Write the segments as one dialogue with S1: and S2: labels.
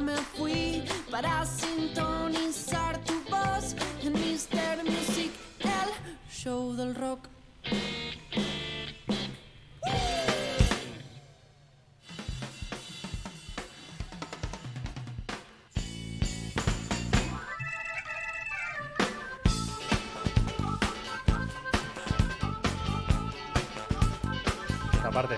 S1: Daily para sintonizar tu voz en Mr. Music, el show del rock.
S2: Esta parte.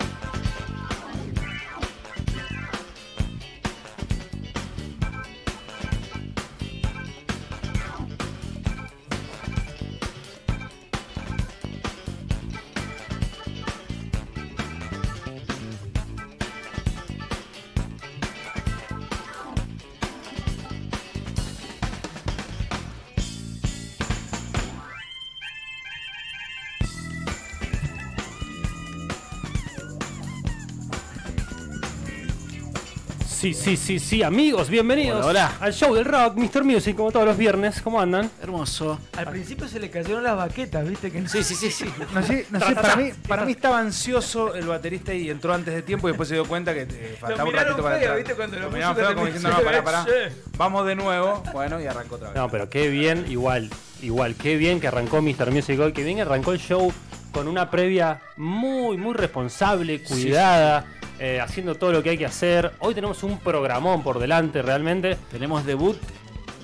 S2: Sí, sí, sí, sí, amigos, bienvenidos
S3: Hola, hola.
S2: al show del rock, Mr. Music, como todos los viernes. ¿Cómo andan?
S3: Hermoso.
S4: Al principio se le cayeron las baquetas, viste que no
S3: Sí, sí, sí, sí.
S5: No sé, no sé, para mí, para mí estaba ansioso el baterista y entró antes de tiempo y después se dio cuenta que eh, faltaba un
S4: miraron
S5: ratito para
S4: feo,
S5: entrar.
S4: ¿viste? Cuando lo puso
S5: miraron feo como
S4: también
S5: diciendo, no,
S4: se
S5: pará, pará.
S4: ve, sí.
S5: Vamos de nuevo. Bueno, y arrancó otra vez.
S2: No, pero qué bien, igual, igual, qué bien que arrancó Mr. Music hoy, qué bien que arrancó el show con una previa muy, muy responsable, cuidada, eh, haciendo todo lo que hay que hacer. Hoy tenemos un programón por delante, realmente.
S3: Tenemos debut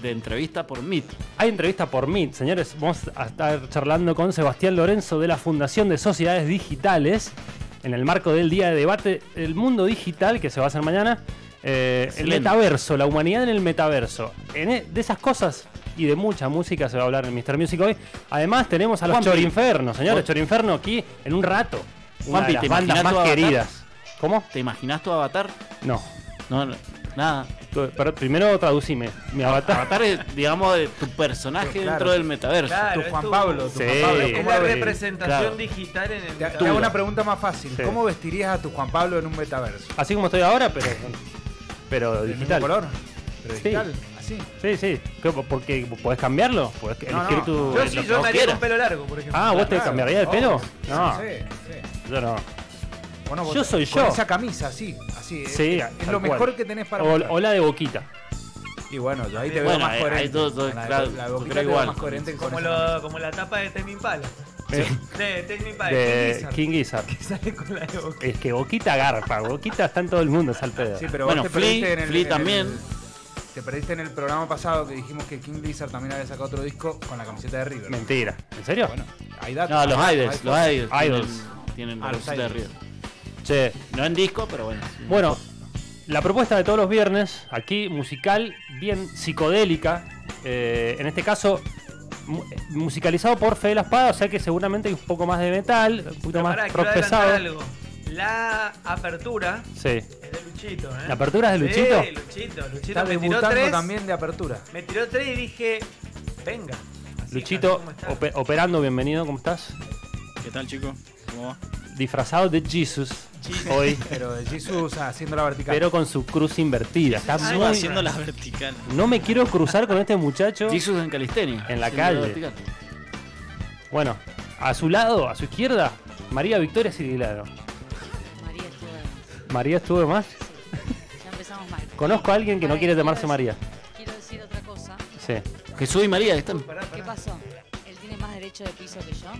S3: de entrevista por Meet.
S2: Hay entrevista por mí, señores. Vamos a estar charlando con Sebastián Lorenzo de la Fundación de Sociedades Digitales en el marco del Día de Debate El Mundo Digital que se va a hacer mañana. Eh, el
S3: Excelente.
S2: metaverso, la humanidad en el metaverso. En e- de esas cosas y de mucha música se va a hablar en Mr. Music hoy. Además, tenemos a los
S3: Juanpi.
S2: Chorinferno, señores.
S3: Juan-
S2: Chorinferno aquí en un rato. Una
S3: Juanpi,
S2: de las
S3: ¿te
S2: bandas
S3: imaginás
S2: más
S3: tu avatar?
S2: queridas. ¿Cómo?
S3: ¿Te imaginas tu avatar?
S2: No.
S3: No, no, nada.
S2: Tu- pero primero traducime. Mi avatar.
S3: Avatar es, digamos, de tu personaje
S5: Claro.
S3: dentro del metaverso.
S4: Claro,
S5: tu
S4: es
S5: Juan
S4: tu-
S5: Pablo, tu
S2: Sí.
S5: Juan Pablo.
S4: Es
S5: ¿cómo
S4: la
S5: lo-
S2: re-
S4: representación
S3: Claro.
S4: digital en el
S5: Te, te
S4: metaverso.
S5: hago una pregunta más fácil.
S2: Sí.
S5: ¿Cómo vestirías a tu Juan Pablo en un metaverso?
S2: Así como estoy ahora, pero. Pero
S5: ¿Del mismo
S2: digital.
S5: color? Pero
S2: Sí.
S5: digital, así.
S2: Sí, sí. ¿Qué- Porque podés cambiarlo. Podés elegir
S5: no.
S2: tu. eh,
S4: Yo
S3: lo
S4: sí,
S3: que
S4: yo
S3: vos
S4: me haría
S3: quieras.
S4: con pelo largo, por ejemplo.
S2: Ah, ¿vos te
S5: Claro,
S2: cambiarías el
S5: obvio,
S2: pelo?
S5: sí,
S2: No,
S5: sí, sí.
S2: yo no.
S5: Bueno, vos
S2: Yo
S5: te-
S2: soy
S5: con
S2: yo.
S5: esa camisa, así, así. es-
S2: Sí,
S5: es,
S2: tal
S5: lo mejor
S2: cual.
S5: que tenés para
S2: O,
S5: mostrar.
S2: o la de boquita.
S5: Y bueno, yo ahí te veo
S3: Bueno,
S5: más
S3: ahí-
S5: coherente.
S3: ahí todo- todo-
S5: La de-
S3: claro,
S5: la de
S3: yo
S5: boquita
S3: creo
S5: te veo
S3: igual.
S5: más coherente con
S4: como,
S5: esa
S4: lo- como la tapa de Tame Impala. De Tame Impala.
S2: de
S4: King
S2: King Gizzard.
S4: Gizzard, que sale con la de boca.
S2: Es que boquita garpa. Boquita está en todo el mundo, es al pedo.
S5: Sí, pero
S3: Bueno,
S5: vos te
S3: Flea-
S5: perdiste en el,
S3: Flea
S5: en el-
S3: también.
S5: te perdiste en el programa pasado que dijimos que King Blizzard también había sacado otro disco con la camiseta de River.
S2: Mentira. ¿En serio?
S5: Bueno, hay datos.
S3: No, los
S5: Hay
S3: idols,
S5: cosas.
S3: los idols.
S2: Idols.
S3: Tienen, tienen
S5: Ah,
S3: la
S5: los
S3: música de
S5: idols.
S3: River.
S2: Che.
S3: No en disco, pero bueno. sí.
S2: Bueno, la propuesta de todos los viernes, aquí musical, bien psicodélica, eh, en este caso mu- musicalizado por Fede la Espada, o sea que seguramente hay un poco más de metal, un poquito
S4: Pero
S2: más
S4: pará, quiero
S2: rock
S4: adelantar
S2: pesado.
S4: algo. La apertura
S2: Sí.
S4: es de Luchito, ¿eh?
S2: ¿La apertura es de Luchito?
S4: Sí, Luchito. Luchito
S5: Está
S4: me tiró
S5: debutando
S4: tres.
S5: también de apertura.
S4: Me tiró tres y dije, venga. Así,
S2: Luchito,
S4: ¿cómo está?
S2: ope- operando, bienvenido, ¿cómo estás?
S6: ¿Qué tal, chicos? ¿Cómo va?
S2: Disfrazado de Jesus
S4: Jesus.
S2: hoy,
S5: Pero Jesús haciendo la vertical.
S2: pero con su cruz invertida. Está
S4: Sigo
S2: muy-
S6: haciendo la vertical.
S2: No me quiero cruzar con este muchacho.
S3: Jesus en Calistenia.
S2: En la
S3: Sí,
S2: calle.
S3: vertical.
S2: Bueno, a su lado, a su izquierda, María Victoria Sirilaro.
S7: María estuvo de más.
S2: María estuvo de más.
S7: Ya empezamos mal.
S2: Conozco a alguien que no
S7: Pará,
S2: quiere
S7: quiero
S2: llamarse
S7: decir-
S2: María.
S7: Quiero decir otra cosa.
S2: Sí.
S3: Jesús y María que están.
S4: Pará,
S7: ¿Qué
S4: pará.
S7: pasó? Él tiene más derecho de piso que yo,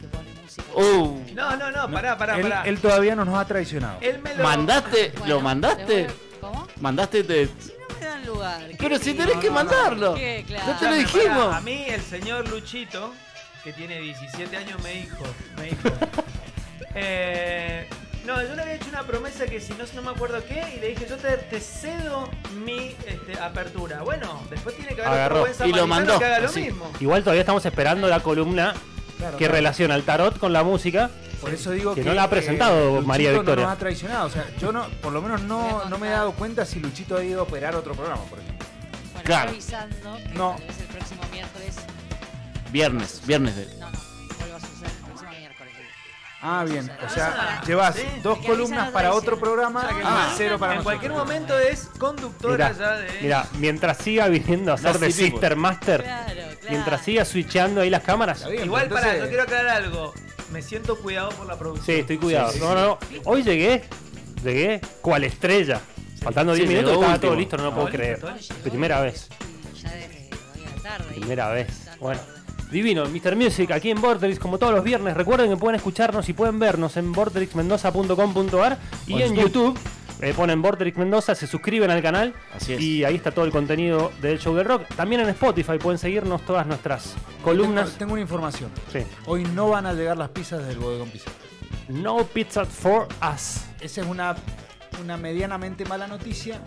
S7: que pone música.
S3: Oh,
S4: No, no, no, pará, pará,
S5: él,
S4: pará. Eh,
S5: él todavía no nos ha traicionado.
S4: Él me lo...
S3: ¿Mandaste?
S7: Bueno,
S3: ¿Lo mandaste?
S7: le voy a- ¿Cómo?
S3: ¿Mandaste? de-
S7: No me dan lugar. ¿qué
S3: Pero si
S7: digo?
S3: tenés que
S5: no, no.
S3: mandarlo.
S7: ¿Qué? Claro.
S3: Ya te lo
S4: Pará,
S3: dijimos.
S4: pará. Ah, A mí el señor Luchito, que tiene 17 años, me dijo, me dijo, eh, no, yo le había hecho una promesa que si no, no me acuerdo qué, y le dije, yo te, te cedo mi este, apertura. Bueno, después tiene que haber
S2: Agarró.
S4: otro buen
S3: Y lo
S4: samaritano
S3: mandó,
S4: que haga lo
S3: así.
S4: mismo.
S2: Igual todavía estamos esperando la columna
S5: Claro,
S2: que
S5: claro.
S2: relaciona el tarot con la música.
S5: Por eso digo
S2: Que
S5: que,
S2: no la ha presentado
S5: Luchito
S2: María Victoria.
S5: No nos ha traicionado. O sea, yo no, por lo menos
S7: Voy a
S5: no,
S7: contar.
S5: no me he dado cuenta si Luchito ha ido a operar otro programa, por ejemplo.
S7: Bueno,
S3: Claro.
S7: estoy avisando que
S5: No.
S7: tal vez el próximo miércoles.
S3: Viernes, viernes de.
S7: No, no. Vuelva a suceder el próximo miércoles.
S5: Ah, bien. O sea,
S4: Ah,
S5: llevas
S4: sí.
S5: dos
S7: Que
S5: columnas
S7: avisa
S5: para
S7: la
S5: otro
S7: traición.
S5: programa
S4: O sea, que
S5: y
S4: ah,
S5: cero para
S4: en
S5: nosotros.
S4: cualquier momento es conductora ya de...
S2: Mira, mientras siga viniendo a ser
S6: Nasty
S2: de
S6: people.
S2: Sister Master,
S7: Claro, claro.
S2: mientras siga switchando ahí las cámaras.
S5: Está bien,
S4: Igual,
S5: pero
S4: pará,
S5: entonces-
S4: yo quiero aclarar algo. Me siento cuidado por la producción.
S2: Sí, estoy cuidado.
S5: Sí, sí,
S2: No, no, no. Hoy llegué, llegué cual estrella. Faltando
S3: Sí,
S2: 10
S3: llegó
S2: minutos estaba todo
S3: último. Ah,
S2: listo, no lo puedo
S4: Ahora,
S2: creer.
S4: Tony.
S2: Primera vez.
S8: Ya desde hoy a la tarde. y
S2: Primera vez.
S8: tan
S2: Bueno.
S8: tarde.
S2: Divino, Mr. Music aquí en Vorterix, como todos los viernes. Recuerden que pueden escucharnos y pueden vernos en vorterixmendoza.com.ar y en YouTube. eh, ponen Vorterix Mendoza, se suscriben al canal
S3: Así es.
S2: y ahí está todo el contenido del show del rock. También en Spotify pueden seguirnos todas nuestras
S5: Tengo,
S2: columnas.
S5: tengo una información.
S2: Sí.
S5: Hoy no van a llegar las pizzas del bodegón pizza.
S2: No pizza for us.
S5: Esa es una, una medianamente mala noticia,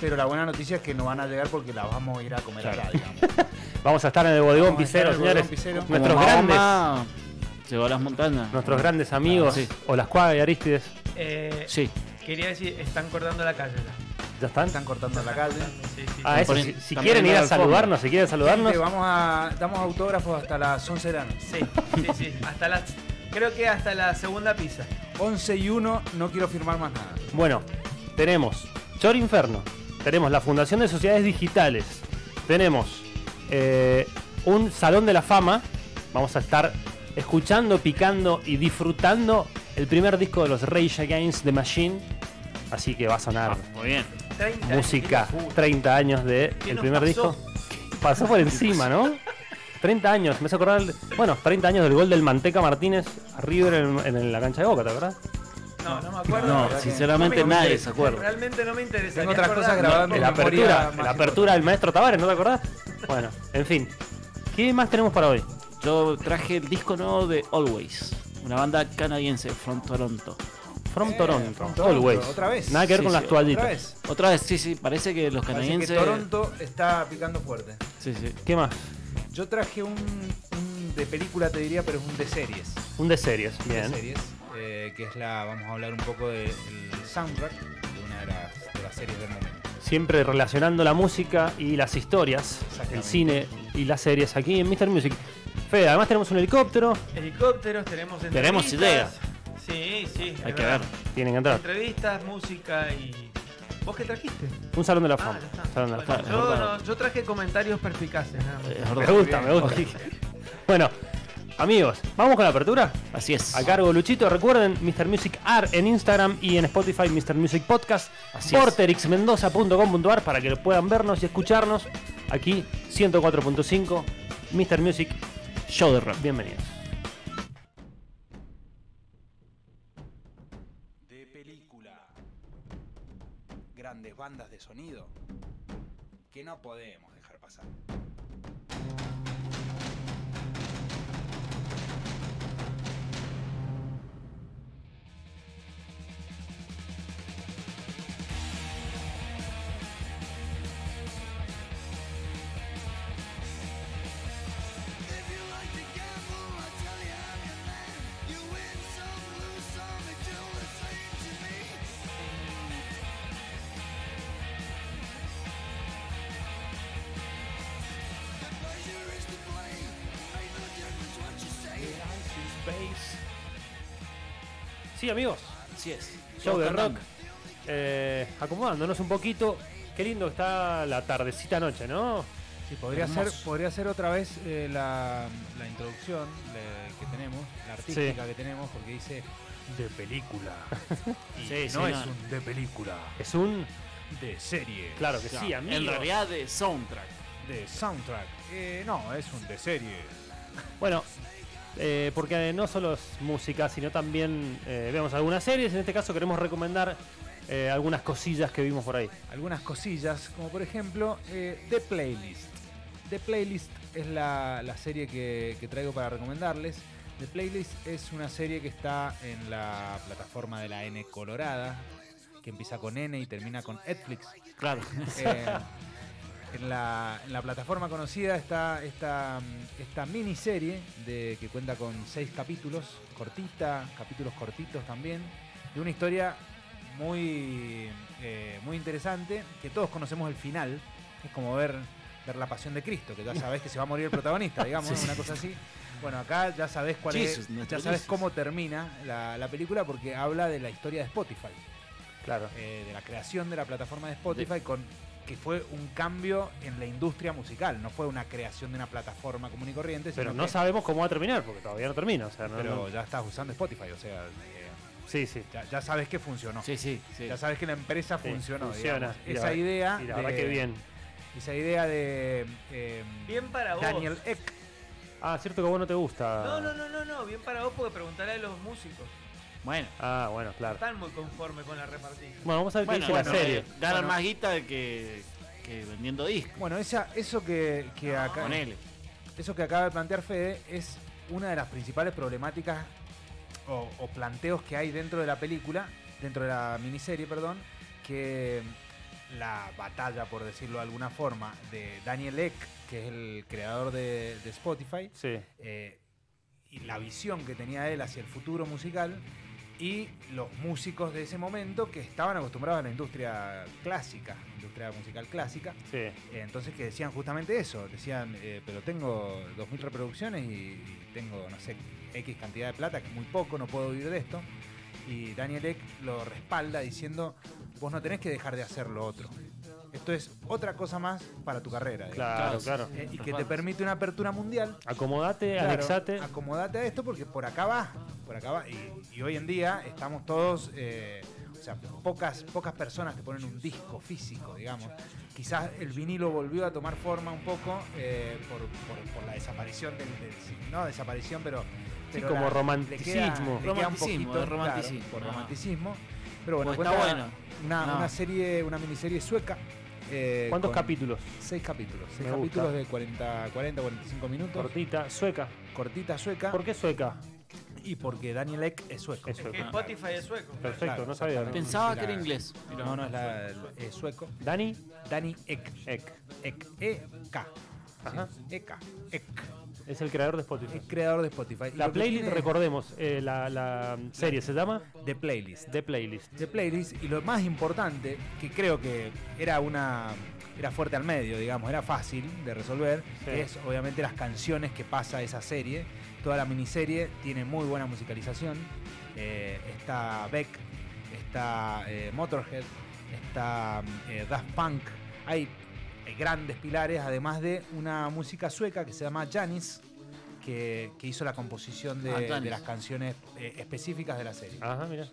S5: pero la buena noticia es que no van a llegar porque la vamos a ir a comer acá, digamos.
S2: Vamos a estar en el bodegón
S5: Vamos a estar
S2: Picero,
S5: en el bodegón
S2: señores.
S5: Picero.
S3: Como
S2: Nuestros grandes,
S3: Mahoma Llegó a las montañas.
S2: nuestros grandes amigos,
S3: Ah, Sí.
S2: o las cuadras y Aristides,
S4: Eh,
S3: Sí.
S4: Quería decir, están cortando la calle. ya.
S2: ¿ya están?
S5: Están cortando la calle.
S4: Sí, sí.
S2: Ah, eso,
S3: Están
S2: si, si
S3: poniendo-
S2: quieren ir a
S3: están poniendo alfombra.
S2: saludarnos, si quieren saludarnos,
S5: Gente, vamos a, damos autógrafos hasta las 11 de la noche.
S4: Sí, sí, sí. Hasta la, creo que hasta la segunda pizza.
S5: 11 y 1, no quiero firmar más nada.
S2: Bueno, tenemos Chor Inferno, tenemos la Fundación de Sociedades Digitales, tenemos eh, un Salón de la Fama, vamos a estar escuchando, picando y disfrutando el primer disco de los Rage Against the Machine, así que va a sonar
S3: Ah, Muy bien.
S4: 30
S2: música,
S4: Qué locura.
S2: 30 años de
S4: ¿Qué
S2: el
S4: nos
S2: primer
S4: pasó?
S2: disco. Pasó por encima, ¿no? 30 años, me hace acordar, bueno, 30 años del gol del Manteca Martínez a River en, en la cancha de Boca, ¿te acordás?
S4: No, no me acuerdo.
S5: No,
S4: la verdad que-
S3: sinceramente
S4: no me
S3: nadie
S4: interesa.
S3: se acuerda.
S4: Realmente no me interesa.
S5: Tengo otras cosas grabadas en
S2: El
S5: la memoria
S2: apertura,
S5: más
S2: la apertura del maestro Tavares, ¿no te acordás? Bueno, en fin. ¿Qué más tenemos para hoy?
S3: Yo traje el disco nuevo de Always, una banda canadiense from Toronto.
S2: From
S5: Eh,
S2: Toronto,
S5: from Toronto,
S2: always.
S5: otra vez.
S2: Nada que ver
S3: Sí,
S2: con
S3: sí,
S2: las toallitas.
S5: Otra vez.
S3: Otra vez, sí, sí, parece que los
S5: Parece que
S3: canadienses.
S5: Toronto está picando fuerte.
S3: Sí, sí.
S2: ¿Qué más?
S5: Yo traje un, un de película, te diría, pero es un de series.
S2: Un de series, bien.
S5: de series, eh, que es la, vamos a hablar un poco del soundtrack de una de las, de las series del momento.
S2: Siempre relacionando la música y las historias, el
S5: Exactamente.
S2: cine y las series aquí en Mr. Music. Fede, además tenemos un helicóptero.
S4: Helicópteros, tenemos
S3: Tenemos
S4: entrevistas. Sí, sí.
S3: Hay
S4: es
S3: que
S4: verdad.
S3: ver.
S2: Tienen que entrar.
S4: Entrevistas, música y. ¿Vos qué trajiste?
S2: Un salón de la fama.
S4: Ah, ya está.
S2: Salón de la
S4: Bueno,
S2: fama.
S4: yo,
S3: verdad.
S4: no- yo traje comentarios perspicaces. nada más.
S3: Es verdad.
S2: Me gusta, me gusta. Bueno, amigos, ¿vamos con la apertura?
S3: Así es.
S2: A cargo de Luchito, recuerden Mr. Music Art en Instagram y en Spotify Mr. Music Podcast,
S3: Así es.
S2: porterixmendoza.com.ar para que puedan vernos y escucharnos aquí 104.5 Mr. Music Show de Rock. Bienvenidos.
S9: de película. Grandes bandas de sonido que no podemos dejar pasar.
S2: Sí, amigos,
S3: Así es.
S2: Show de Rock. Eh, acomodándonos un poquito. Qué lindo que está la tardecita noche, ¿no?
S5: Sí, podría ser,
S2: Hermoso.
S5: podría ser otra vez eh, la, la introducción le- que tenemos, la artística que tenemos, porque dice de película. Y
S3: Sí, sí,
S5: no es
S3: no.
S5: un de película,
S2: Es un...
S5: de serie,
S2: Claro que sí, amigos.
S3: En realidad de soundtrack.
S5: de soundtrack. Eh, no, es un de serie.
S2: Bueno, eh, porque no solo es música, sino también eh, vemos algunas series. En este caso queremos recomendar eh, algunas cosillas que vimos por ahí.
S5: Algunas cosillas, como por ejemplo eh, The Playlist. The Playlist es la, la serie que, que traigo para recomendarles. The Playlist es una serie que está en la plataforma de la N Colorada, que empieza con N y termina con Netflix.
S3: Claro.
S5: Eh, en, la, en la plataforma conocida está esta, mm, esta miniserie de, que cuenta con seis capítulos, cortita, capítulos cortitos también, de una historia muy, eh, muy interesante, que todos conocemos el final, es como ver, ver la pasión de Cristo, que ya sabes que se va a morir el protagonista, digamos,
S3: Sí, sí.
S5: una cosa así. Bueno, acá ya sabes cuál
S3: Jesus,
S5: es,
S3: nuestro
S5: ya sabes
S3: Jesus.
S5: cómo termina la, la película porque habla de la historia de Spotify
S2: Claro.
S5: eh, de la creación de la plataforma de Spotify con que fue un cambio en la industria musical, no fue una creación de una plataforma común y corriente,
S2: Pero
S5: sino
S2: no
S5: que-
S2: sabemos cómo va a terminar, porque todavía no termina. O sea, no-
S5: pero
S2: no-
S5: ya estás usando Spotify, o sea, eh,
S2: Sí, sí.
S5: Ya, ya sabes que funcionó.
S3: Sí, sí, sí.
S5: Ya sabes que la empresa
S2: Sí,
S5: funcionó.
S2: funciona.
S5: digamos.
S2: Y la
S5: Esa
S2: ver-
S5: idea.
S2: Y la
S5: de-
S2: verdad que bien.
S5: Esa idea de. eh,
S4: Bien para vos.
S5: Daniel Eck.
S2: Ah, cierto que a vos no te gusta.
S4: No, no, no, no, no, bien para vos porque preguntarle a los músicos.
S3: Bueno,
S2: Ah, bueno,
S4: No
S2: claro.
S4: están muy conformes con la repartija.
S2: Bueno, vamos a ver
S3: bueno,
S2: qué dice
S3: bueno,
S2: la serie.
S3: eh, ganan
S5: Bueno.
S3: más guita que, que vendiendo discos.
S5: Bueno, esa, eso que, que acá.
S3: Ponele.
S5: Eso que acaba de plantear Fede es una de las principales problemáticas o, o planteos que hay dentro de la película, dentro de la miniserie, perdón, que la batalla, por decirlo de alguna forma, de Daniel Eck, que es el creador de, de Spotify,
S2: Sí.
S5: eh, y la visión que tenía él hacia el futuro musical y los músicos de ese momento que estaban acostumbrados a la industria clásica, industria musical clásica,
S2: Sí,
S5: eh, Entonces que decían justamente eso, decían, eh, pero tengo 2.000 reproducciones y, y tengo, no sé, X cantidad de plata, que es muy poco, no puedo vivir de esto. Y Daniel Eck lo respalda diciendo, vos no tenés que dejar de hacer lo otro. Esto es otra cosa más para tu carrera. digamos.
S2: claro, claro.
S5: Eh, y que te permite una apertura mundial.
S2: Acomodate,
S5: Claro,
S2: anexate.
S5: acomodate a esto porque por acá va, por acá va. Y, y hoy en día estamos todos, eh, o sea, pocas, pocas personas te ponen un disco físico, digamos. Quizás el vinilo volvió a tomar forma un poco eh, por, por- por la desaparición del, del- no desaparición, pero, pero
S2: como
S5: la-
S2: romanticismo.
S5: le queda- le queda un
S3: Romanticismo,
S5: poquito,
S3: de romanticismo.
S5: claro, por
S3: Ah.
S5: romanticismo. Pero bueno,
S3: O Pues está
S5: cuenta
S3: bueno.
S5: Una,
S3: No.
S5: una serie, una miniserie sueca. eh,
S2: ¿Cuántos
S5: con
S2: capítulos?
S5: Seis capítulos. Seis
S2: Me gusta.
S5: capítulos de 40, 40, 45 minutos
S2: Cortita, sueca.
S5: cortita sueca
S2: ¿Por qué sueca?
S5: y porque Daniel Ek es sueco.
S2: Es
S4: Es que
S2: sueca.
S4: Spotify es sueco.
S2: Perfecto,
S5: Claro,
S2: no sabía. ¿no?
S5: exactamente.
S3: Pensaba
S5: Mira.
S3: que era inglés.
S5: No, no es la- el- es sueco.
S2: Dani
S5: Dani Ek.
S2: Ek.
S5: Ek. E, E-K.
S2: Ajá.
S5: Ek. E, Ek.
S2: Es el creador de Spotify.
S5: Es creador de Spotify. Y
S2: La
S5: lo que
S2: playlist,
S5: tiene-
S2: recordemos, eh, la, la serie se llama
S5: De playlist.
S2: The Playlist.
S5: de playlist y lo más importante, que creo que era una era fuerte al medio, digamos, era fácil de resolver,
S2: Sí.
S5: es obviamente las canciones que pasa esa serie. Toda la miniserie tiene muy buena musicalización. Eh, está Beck, está eh, Motorhead, está eh, Daft Punk. Hay eh, grandes pilares, además de una música sueca que se llama Janis, que, que hizo la composición de,
S3: Ah, Janis.
S5: de las canciones eh, específicas de la serie.
S2: Ajá, mira.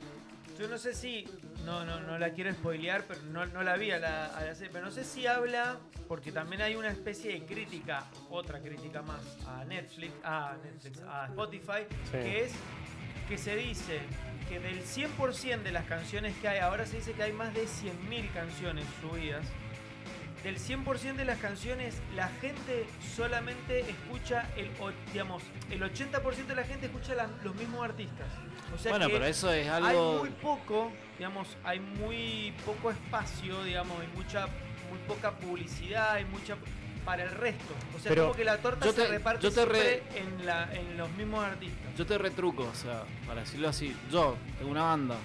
S4: Yo no sé si. No, no, no la quiero spoilear, pero no, no la vi a la, a la serie. Pero no sé si habla, porque también hay una especie de crítica, otra crítica más, a Netflix, a, Netflix, a Spotify,
S2: Sí.
S4: que es que se dice que del 100% de las canciones que hay, ahora se dice que hay más de 100.000 canciones subidas. Del 100% de las canciones, la gente solamente escucha el, o- digamos, el 80% de la gente escucha la- los mismos artistas. O sea
S3: bueno,
S4: que
S3: pero eso es
S4: hay
S3: algo.
S4: muy poco, digamos, hay muy poco espacio, digamos, hay mucha, muy poca publicidad, hay mucha para el resto. O sea,
S2: Pero
S4: como que la torta
S3: yo
S4: se
S3: te-
S4: reparte
S3: yo te re-
S4: siempre en, la, en los mismos artistas.
S3: Yo te retruco, o sea, para decirlo así, yo tengo una banda.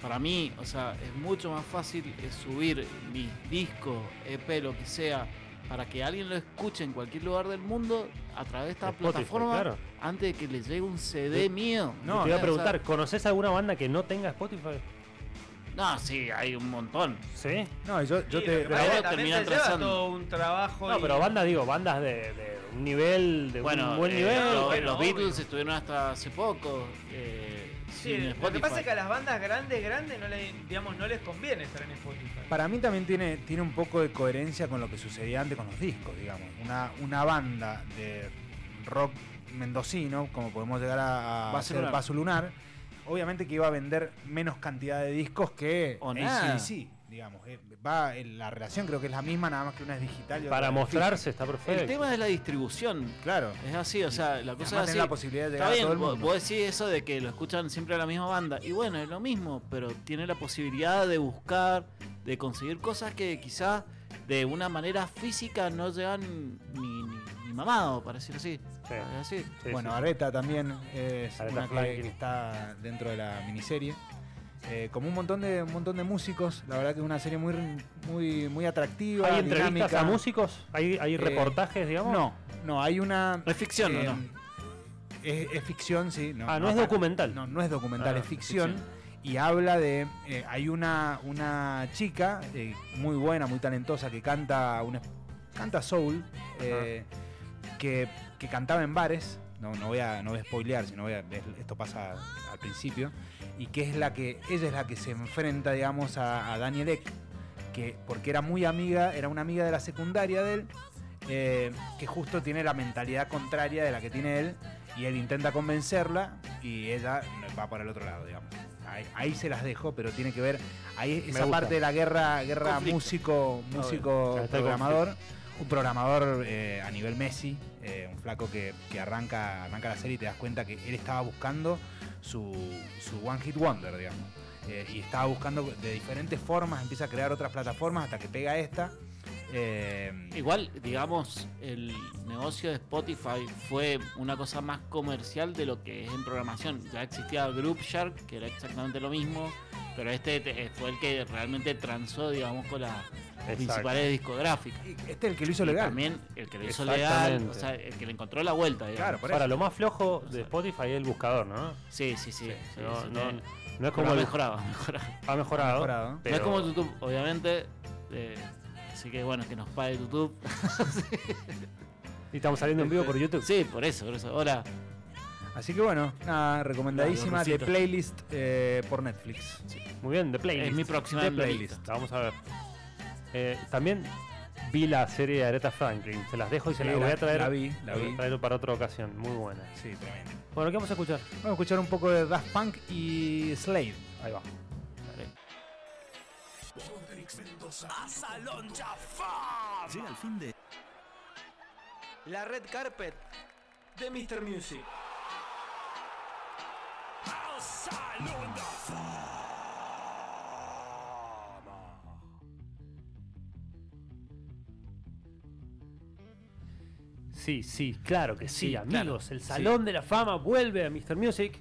S3: Para mí, o sea, es mucho más fácil eh, subir mis discos, EP, lo que sea, para que alguien lo escuche en cualquier lugar del mundo a través de esta
S2: Spotify,
S3: plataforma
S2: claro.
S3: antes de que le llegue un CD mío.
S2: Yo te iba
S3: o
S2: a
S3: sea,
S2: preguntar, ¿conoces alguna banda que no tenga Spotify?
S3: no, sí, hay un montón.
S2: Sí.
S5: No, yo, yo
S4: Sí,
S5: te.
S4: lo que pasa es que
S3: pero
S4: también
S3: termina
S4: se lleva
S3: atrasando.
S4: todo un trabajo.
S2: No,
S4: y-
S2: pero bandas, digo, bandas de, de un nivel, de
S3: Bueno,
S2: un buen
S3: eh,
S2: nivel.
S3: lo- los,
S4: bueno,
S3: Beatles
S4: obvio.
S3: estuvieron hasta hace poco. eh,
S4: Sí,
S3: sin
S4: lo que pasa
S3: Spotify.
S4: es que a las bandas grandes, grandes, no les, digamos, no les conviene estar en Spotify.
S5: Para mí también tiene, tiene un poco de coherencia con lo que sucedía antes con los discos, digamos. Una, una banda de rock mendocino, como podemos llegar a, a
S3: Vaso
S5: ser
S3: Lunar.
S5: Vaso Lunar, obviamente que iba a vender menos cantidad de discos que
S3: O nada.
S5: sí, digamos. Eh, Va, eh, la relación creo que es la misma, nada más que una es digital. y otra
S2: Para
S5: es
S2: mostrarse está
S3: El
S2: perfecto.
S3: tema es la distribución.
S5: física. Claro.
S3: Es así, o sea, la
S5: Además
S3: cosa es
S5: tenés
S3: así.
S5: la posibilidad de llegar
S3: Está
S5: a
S3: bien,
S5: todo el
S3: vos,
S5: mundo.
S3: vos decís eso de que lo escuchan siempre a la misma banda. Y bueno, es lo mismo, pero tiene la posibilidad de buscar, de conseguir cosas que quizás de una manera física no llegan ni, ni, ni mamado, para decirlo así.
S2: Sí,
S3: Es así.
S2: sí,
S5: bueno,
S2: sí.
S5: Areta también es
S2: Aretha
S5: una que,
S2: Franklin.
S5: que está dentro de la miniserie. Eh, como un montón de un montón de músicos, la verdad que es una serie muy muy muy atractiva.
S2: ¿Hay entrevistas
S5: dinámica.
S2: a músicos? ¿Hay, hay
S5: Eh,
S2: reportajes, digamos?
S5: No, no, hay una.
S3: No es ficción,
S5: eh,
S3: ¿o no?
S5: Es, es ficción, sí. No,
S2: ah, no, es
S5: está-
S2: documental.
S5: No, no es documental,
S2: Ah,
S5: es ficción. Y habla de. eh, hay una, una chica eh, muy buena, muy talentosa, que canta una, canta soul, eh, que, que cantaba en bares. No, no, voy a, no voy a spoilear, sino voy a, es- esto pasa al principio. y que es la que ella es la que se enfrenta, digamos, a, a Daniel Eck, que porque era muy amiga, era una amiga de la secundaria de él, eh, que justo tiene la mentalidad contraria de la que tiene él y él intenta convencerla y ella va para el otro lado, digamos. Ahí, ahí se las dejo, pero tiene que ver ahí esa
S2: gusta.
S5: parte de la guerra, guerra
S3: Conflicto.
S5: músico, músico
S2: Está el
S5: programador, un programador eh, a nivel Messi, eh, un flaco que, que arranca, arranca la serie y te das cuenta que él estaba buscando su, su One Hit Wonder, digamos. Eh, y estaba buscando de diferentes formas, empieza a crear otras plataformas hasta que pega esta. Eh,
S3: Igual, digamos, el negocio de Spotify fue una cosa más comercial de lo que es en programación. Ya existía Group Shark, que era exactamente lo mismo, pero este te- fue el que realmente transó, digamos, con las principales discográficas.
S5: y este es el que lo hizo
S3: Y
S5: legal.
S3: También el que le hizo legal, o
S2: Exactamente.
S3: sea, el que le encontró la vuelta, digamos.
S5: Claro, por eso.
S2: Ahora, lo más flojo de Spotify es el buscador, ¿no?
S3: Sí, sí, sí. sí,
S2: no,
S3: sí,
S2: no,
S3: sí.
S2: no es
S3: Pero
S2: como el,
S3: mejoraba, mejoraba.
S2: ha mejorado.
S5: Mejorado.
S2: pero-
S3: No es como YouTube, obviamente. eh, así que bueno, que nos pague YouTube.
S2: Y estamos saliendo en
S3: Este,
S2: vivo por YouTube.
S3: Sí, por eso, por eso. Ahora,
S5: Así que bueno, nada, recomendadísima de
S3: Rosita.
S5: playlist eh, por Netflix.
S2: Muy bien, de playlist.
S3: es mi próxima
S5: De
S3: en la
S5: playlist.
S3: lista.
S2: La Vamos a ver. Eh, también vi la serie de Aretha Franklin. Se las dejo y se
S5: Sí,
S2: las
S5: la-
S2: voy a traer.
S5: la vi, la
S2: voy a
S5: vi.
S2: traer para otra ocasión. Muy buena.
S5: Sí, tremendo.
S2: Bueno, ¿qué vamos a escuchar?
S5: Vamos a escuchar un poco de Daft Punk y Slade.
S2: Ahí va.
S6: Llega el fin de.
S4: La red carpet de Mr. Music.
S2: Sí, sí, claro que sí,
S3: Sí,
S2: amigos. El Salón de la Fama vuelve a Mr. Music.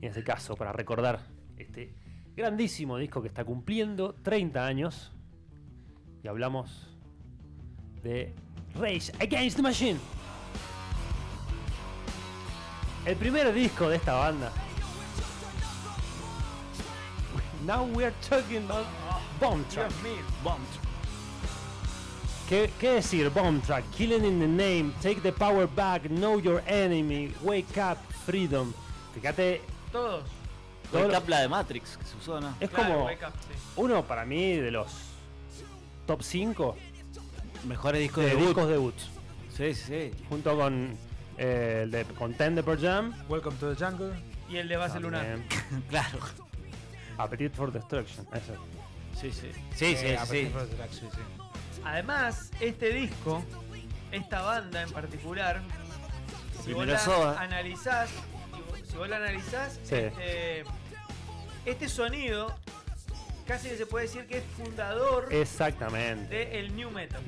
S2: Y en este caso, para recordar este grandísimo disco que está cumpliendo 30 años. Y hablamos de Rage Against the Machine. El primer disco de esta banda. Now we're talking about Bomb Track. ¿Qué, qué decir? Bomb Track, Killing in the Name, Take the Power Back, Know Your Enemy, Wake Up, Freedom. Fíjate,
S4: Todos.
S2: Todo
S3: Fue
S2: lo-
S3: Capla de Matrix, que se usó, ¿no?
S2: es
S4: Claro,
S2: como
S4: wake up, sí.
S2: uno para mí de los top 5
S3: Mejores discos
S2: de
S3: de debut.
S2: discos debuts.
S3: Sí, sí, sí.
S2: Junto con eh, el de Contender per Jam.
S5: Welcome to the Jungle.
S4: Y el de base lunar.
S2: también
S3: Claro.
S2: Appetite for Destruction. Eso.
S3: Sí, sí. Sí, sí,
S5: Eh,
S3: sí,
S5: Appetite
S3: sí.
S5: for Destruction, sí, sí.
S4: Además, este disco, esta banda en particular, si vos
S3: Primero
S4: la
S3: Soda.
S4: analizás, si vos- si vos la analizás,
S2: Sí.
S4: este, este sonido casi que se puede decir que es fundador
S2: Eh. Exactamente.
S4: del New Metal.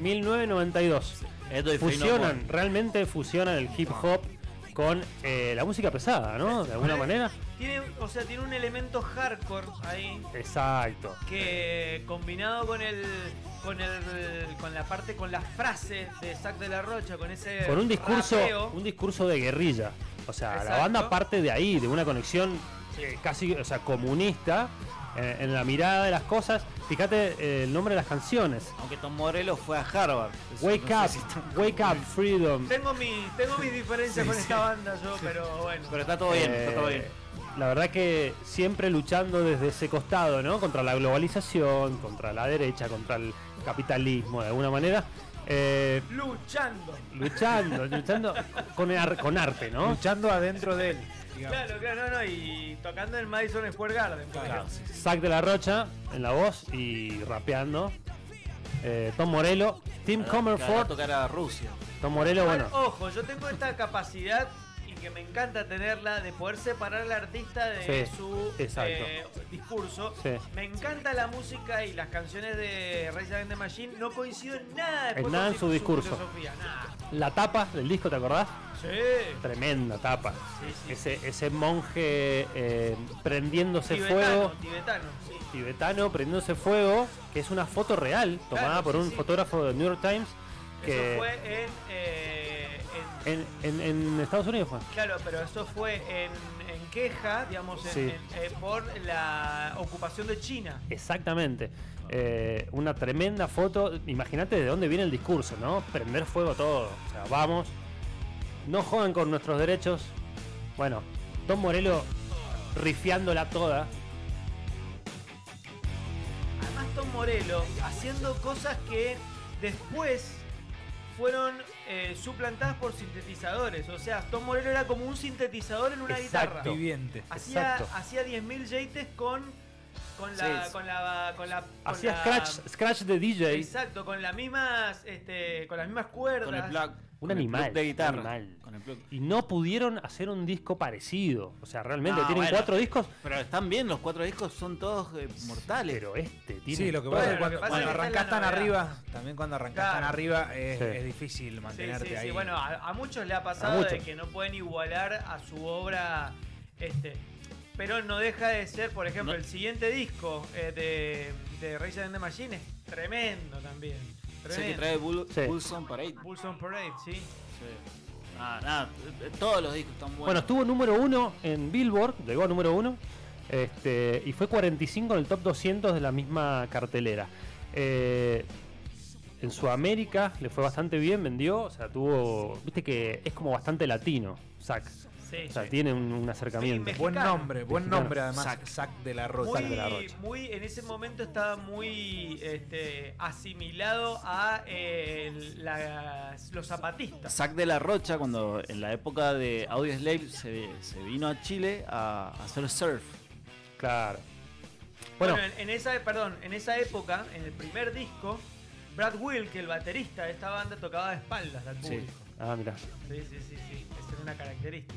S2: 1992.
S3: Esto y Fey No
S2: Fusionan,
S3: More.
S2: realmente fusionan el hip hop con eh, la música pesada, ¿no? De alguna manera.
S4: Tiene, o sea, tiene un elemento hardcore ahí
S2: Exacto.
S4: que combinado con el con el con la parte con las frases de Zack de la Rocha con ese
S2: Con un discurso,
S3: Ah,
S4: rapeo,
S2: un discurso de guerrilla. O sea, la
S4: Exacto.
S2: banda parte de ahí, de una conexión eh, casi, o sea, comunista eh, en la mirada de las cosas. Fíjate eh, el nombre de las canciones.
S3: Aunque Tom Morello fue a Harvard. Eso
S2: Wake
S3: no
S2: up,
S3: sé si está-
S2: wake up, freedom.
S4: tengo mi tengo mis diferencias con esta banda yo pero bueno
S3: Pero está todo bien,
S2: Eh,
S3: está todo bien.
S2: La verdad que siempre luchando desde ese costado, ¿no? Contra la globalización, contra la derecha, contra el capitalismo, de alguna manera. Eh,
S4: luchando
S2: luchando, luchando con, ar- con arte, ¿no?
S5: Luchando adentro de él. digamos.
S4: claro claro no no y tocando en Madison Square Garden por ejemplo.
S2: Zack de la Rocha en la voz y rapeando. Eh, Tom Morello, Tim
S4: Ah,
S3: Ahora va a
S2: Comerford.
S3: tocar a Rusia.
S2: Tom Morello,
S4: Igual,
S2: bueno,
S4: ojo yo tengo esta capacidad y que me encanta tenerla de poder separar al artista de
S2: Sí,
S4: su
S2: exacto.
S4: eh, discurso
S2: Sí.
S4: Me encanta la música y las canciones de Rage Against the Machine. No coincido en nada después
S2: En nada
S4: con
S2: en su discurso.
S4: filosofía, nada.
S2: la tapa del disco, ¿te acordás?
S4: Sí.
S2: Tremenda tapa.
S4: Sí, sí.
S2: Ese, ese monje eh, prendiéndose
S4: Tibetano,
S2: fuego,
S4: tibetano, sí.
S2: tibetano prendiéndose fuego, que es una foto real tomada
S4: Claro,
S2: por
S4: sí,
S2: un
S4: sí.
S2: fotógrafo del New York Times que
S4: Eso fue en, eh, en-
S2: en, en- en Estados Unidos fue.
S4: Claro, pero eso fue en, en queja, digamos, en-
S2: Sí.
S4: en- eh, por la ocupación de China.
S2: Exactamente. Eh, una tremenda foto. Imagínate de dónde viene el discurso, ¿no? Prender fuego todo. O sea, vamos. No jodan con nuestros derechos. Bueno, Tom Morello rifiándola toda.
S4: Morelo haciendo cosas que después fueron eh, suplantadas por sintetizadores. O sea, Tom Morello era como un sintetizador en una
S2: Exacto.
S4: guitarra.
S5: Viviente.
S4: Hacía,
S2: exacto.
S4: hacía 10.000 jeites con, con, la,
S3: Sí.
S4: con la. con la. con
S2: Hacía
S4: la-
S2: scratch, scratch de DJ.
S4: Exacto, con las mismas. Este, con las mismas cuerdas.
S3: Con el plug.
S2: Un
S3: con el
S2: animal,
S3: plug de guitarra.
S2: un animal.
S3: Con el plug.
S2: Y no pudieron hacer un disco parecido. O sea, realmente
S3: No,
S2: tienen
S3: bueno.
S2: cuatro discos,
S3: Pero están bien, los cuatro discos son todos eh, mortales.
S2: pero este tiene.
S5: Sí, lo que
S2: todo.
S5: pasa es
S4: Bueno,
S5: que
S4: lo
S5: cuando,
S4: que pasa
S5: cuando
S4: es que
S5: arrancás
S4: está
S5: tan
S4: la novedad.
S5: arriba, también cuando arrancás
S4: Claro.
S5: tan arriba es,
S2: Sí.
S5: es difícil
S4: Sí,
S5: mantenerte
S4: sí, sí.
S5: ahí.
S4: Bueno, a, a muchos le ha pasado
S2: muchos.
S4: de que no pueden igualar a su obra. Este, pero no deja de ser, por ejemplo,
S3: No.
S4: el siguiente disco eh, de, de Rage Against the Machine es tremendo también.
S3: Es el
S4: Tremendo.
S3: que trae Bull,
S2: Sí.
S3: Bulls on Parade.
S4: Bulls on Parade, sí.
S3: Sí. Ah, nada, eh, todos los discos están buenos.
S2: Bueno, estuvo número uno en Billboard, llegó a número uno, este, y fue 45 en el top 200 de la misma cartelera. Eh, en Sudamérica le fue bastante bien, vendió, o sea, tuvo, viste que es como bastante latino, Zack,
S4: Sí,
S2: o sea,
S4: sí.
S2: tiene un, un acercamiento.
S4: Sí,
S5: Buen
S4: Mexicano.
S5: nombre, buen
S2: Mexicano.
S5: nombre además.
S3: Zac.
S5: Zac, de la Rocha.
S2: de la
S4: Muy,
S2: Rocha.
S4: muy, en ese momento estaba muy este, asimilado a eh, las- los zapatistas.
S3: Zack de la Rocha, cuando en la época de Audio Slave se, se vino a Chile a hacer surf.
S2: Claro.
S4: Bueno,
S2: Bueno,
S4: en, en esa, perdón, en esa época, en el primer disco, Brad Will, que el baterista de esta banda, tocaba de espaldas al
S3: Sí.
S4: público.
S2: ah, mira,
S4: Sí, sí, sí, sí. Esa era una característica.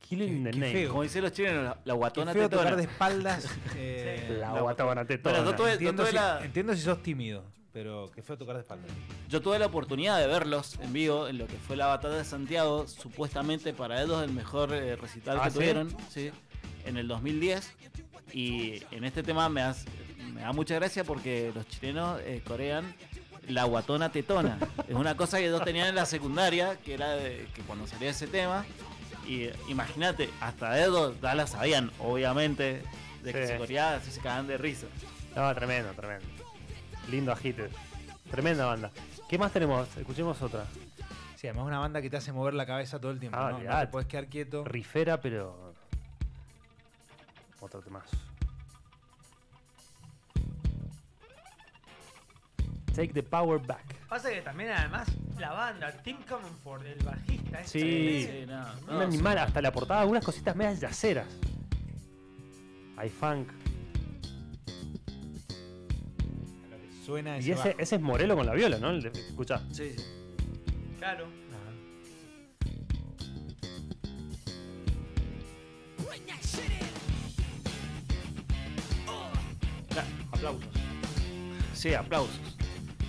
S2: Killing
S5: Qué-
S2: the
S5: qué
S2: Name.
S5: feo.
S3: Como dicen los chilenos, la, la
S5: Qué
S3: guatona
S5: feo tocar
S3: tetona.
S5: de espaldas. eh,
S4: Sí.
S2: La
S3: La-
S2: guatabana tetona.
S3: Bueno, no tuve-
S5: entiendo, si,
S3: la-
S5: entiendo si sos tímido, pero qué feo tocar de espaldas.
S3: Yo tuve la oportunidad de verlos en vivo en lo que fue la batalla de Santiago, supuestamente para ellos el mejor eh, recital
S2: ¿Ah,
S3: que
S2: sí?
S3: tuvieron, sí, en el 2010. Y en este tema me, hace- me da mucha gracia porque los chilenos eh, corean la guatona tetona. es una cosa que ellos tenían en la secundaria, que era de- que cuando salía ese tema. Y eh, imagínate, hasta ellos ya la sabían, obviamente, de que
S2: Sí.
S3: se coreaba, así se cagaban de risa.
S2: No, tremendo, tremendo. Lindo ajite. Tremenda banda. ¿Qué más tenemos? Escuchemos otra.
S5: Sí, además es una banda que te hace mover la cabeza todo el tiempo.
S2: Ah,
S5: ¿no? No
S2: olvidate.
S5: te puedes quedar quieto.
S2: Rifera, pero. Otro más. Take the power back.
S4: Pasa que también, además, la banda, Tim Comonford, el bajista, es
S2: Sí.
S4: tremendo.
S3: nada,
S2: Un
S5: Ah,
S3: no,
S2: animal, hasta la portada, unas cositas medias yaceras. Hay funk.
S5: Suena ese
S2: Y ese,
S5: bajo.
S2: ese es Morelo con la viola, ¿no? El de- Escuchá.
S3: sí, sí.
S4: Claro.
S2: Aplausos.
S3: Sí, aplausos.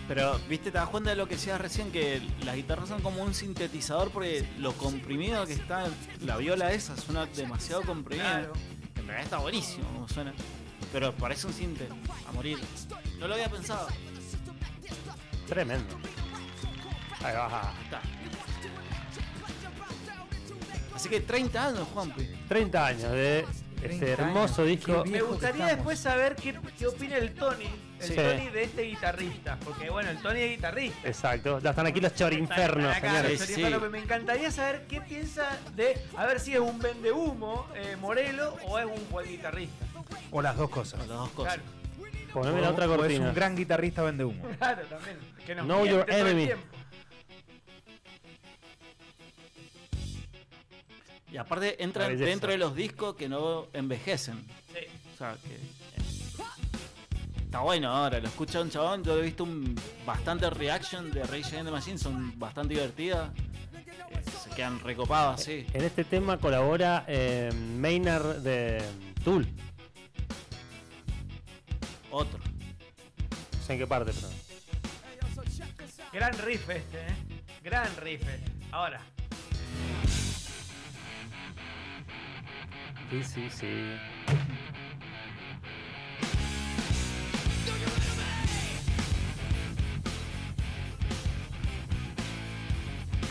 S3: Pero, viste, te das cuenta de lo que decías recién, que las guitarras son como un sintetizador porque lo comprimido que está la viola esa suena demasiado comprimida.
S4: Claro.
S3: En realidad está buenísimo como suena. Pero parece un sinte a morir. No lo había pensado.
S2: Tremendo. Ahí va.
S3: Está. Así que 30 años, Juanpi.
S2: 30 años de
S5: 30
S2: este hermoso
S5: años.
S2: disco.
S5: Qué
S4: Me
S5: Viejo que
S4: gustaría
S5: estamos.
S4: después saber qué, qué opina el Tony, el
S2: Sí.
S4: Tony de este guitarrista. Porque, bueno, el Tony es guitarrista.
S2: Exacto. Ya están aquí los chorinfernos,
S4: Están acá,
S2: señores.
S4: los
S3: Sí,
S4: chorinfernos,
S3: sí.
S4: Me encantaría saber qué piensa de. A ver si es un vendehumo, eh, Morelo, o es un buen guitarrista.
S5: O las dos cosas.
S3: Las dos cosas.
S4: Claro,
S2: Poneme la
S5: O-
S2: otra
S5: o es
S2: cortina.
S5: un gran guitarrista vende humo.
S4: claro, también. Que nos
S2: Know
S4: miente
S2: your
S4: todo el
S2: enemy.
S4: tiempo.
S3: Y aparte entran
S2: La belleza.
S3: dentro de los discos que no envejecen.
S4: Sí.
S3: O sea, que. eh, Está bueno ahora, lo escucha un chabón, yo he visto un bastante reaction de Rage Against the Machine, son bastante divertidas. eh, se quedan recopadas, sí.
S2: En este tema colabora eh, Maynard de Tool.
S3: Otro.
S2: No sé en qué parte, pero.
S4: Gran riff este, ¿eh? Gran riff. este. Ahora,
S2: Sí, sí, sí.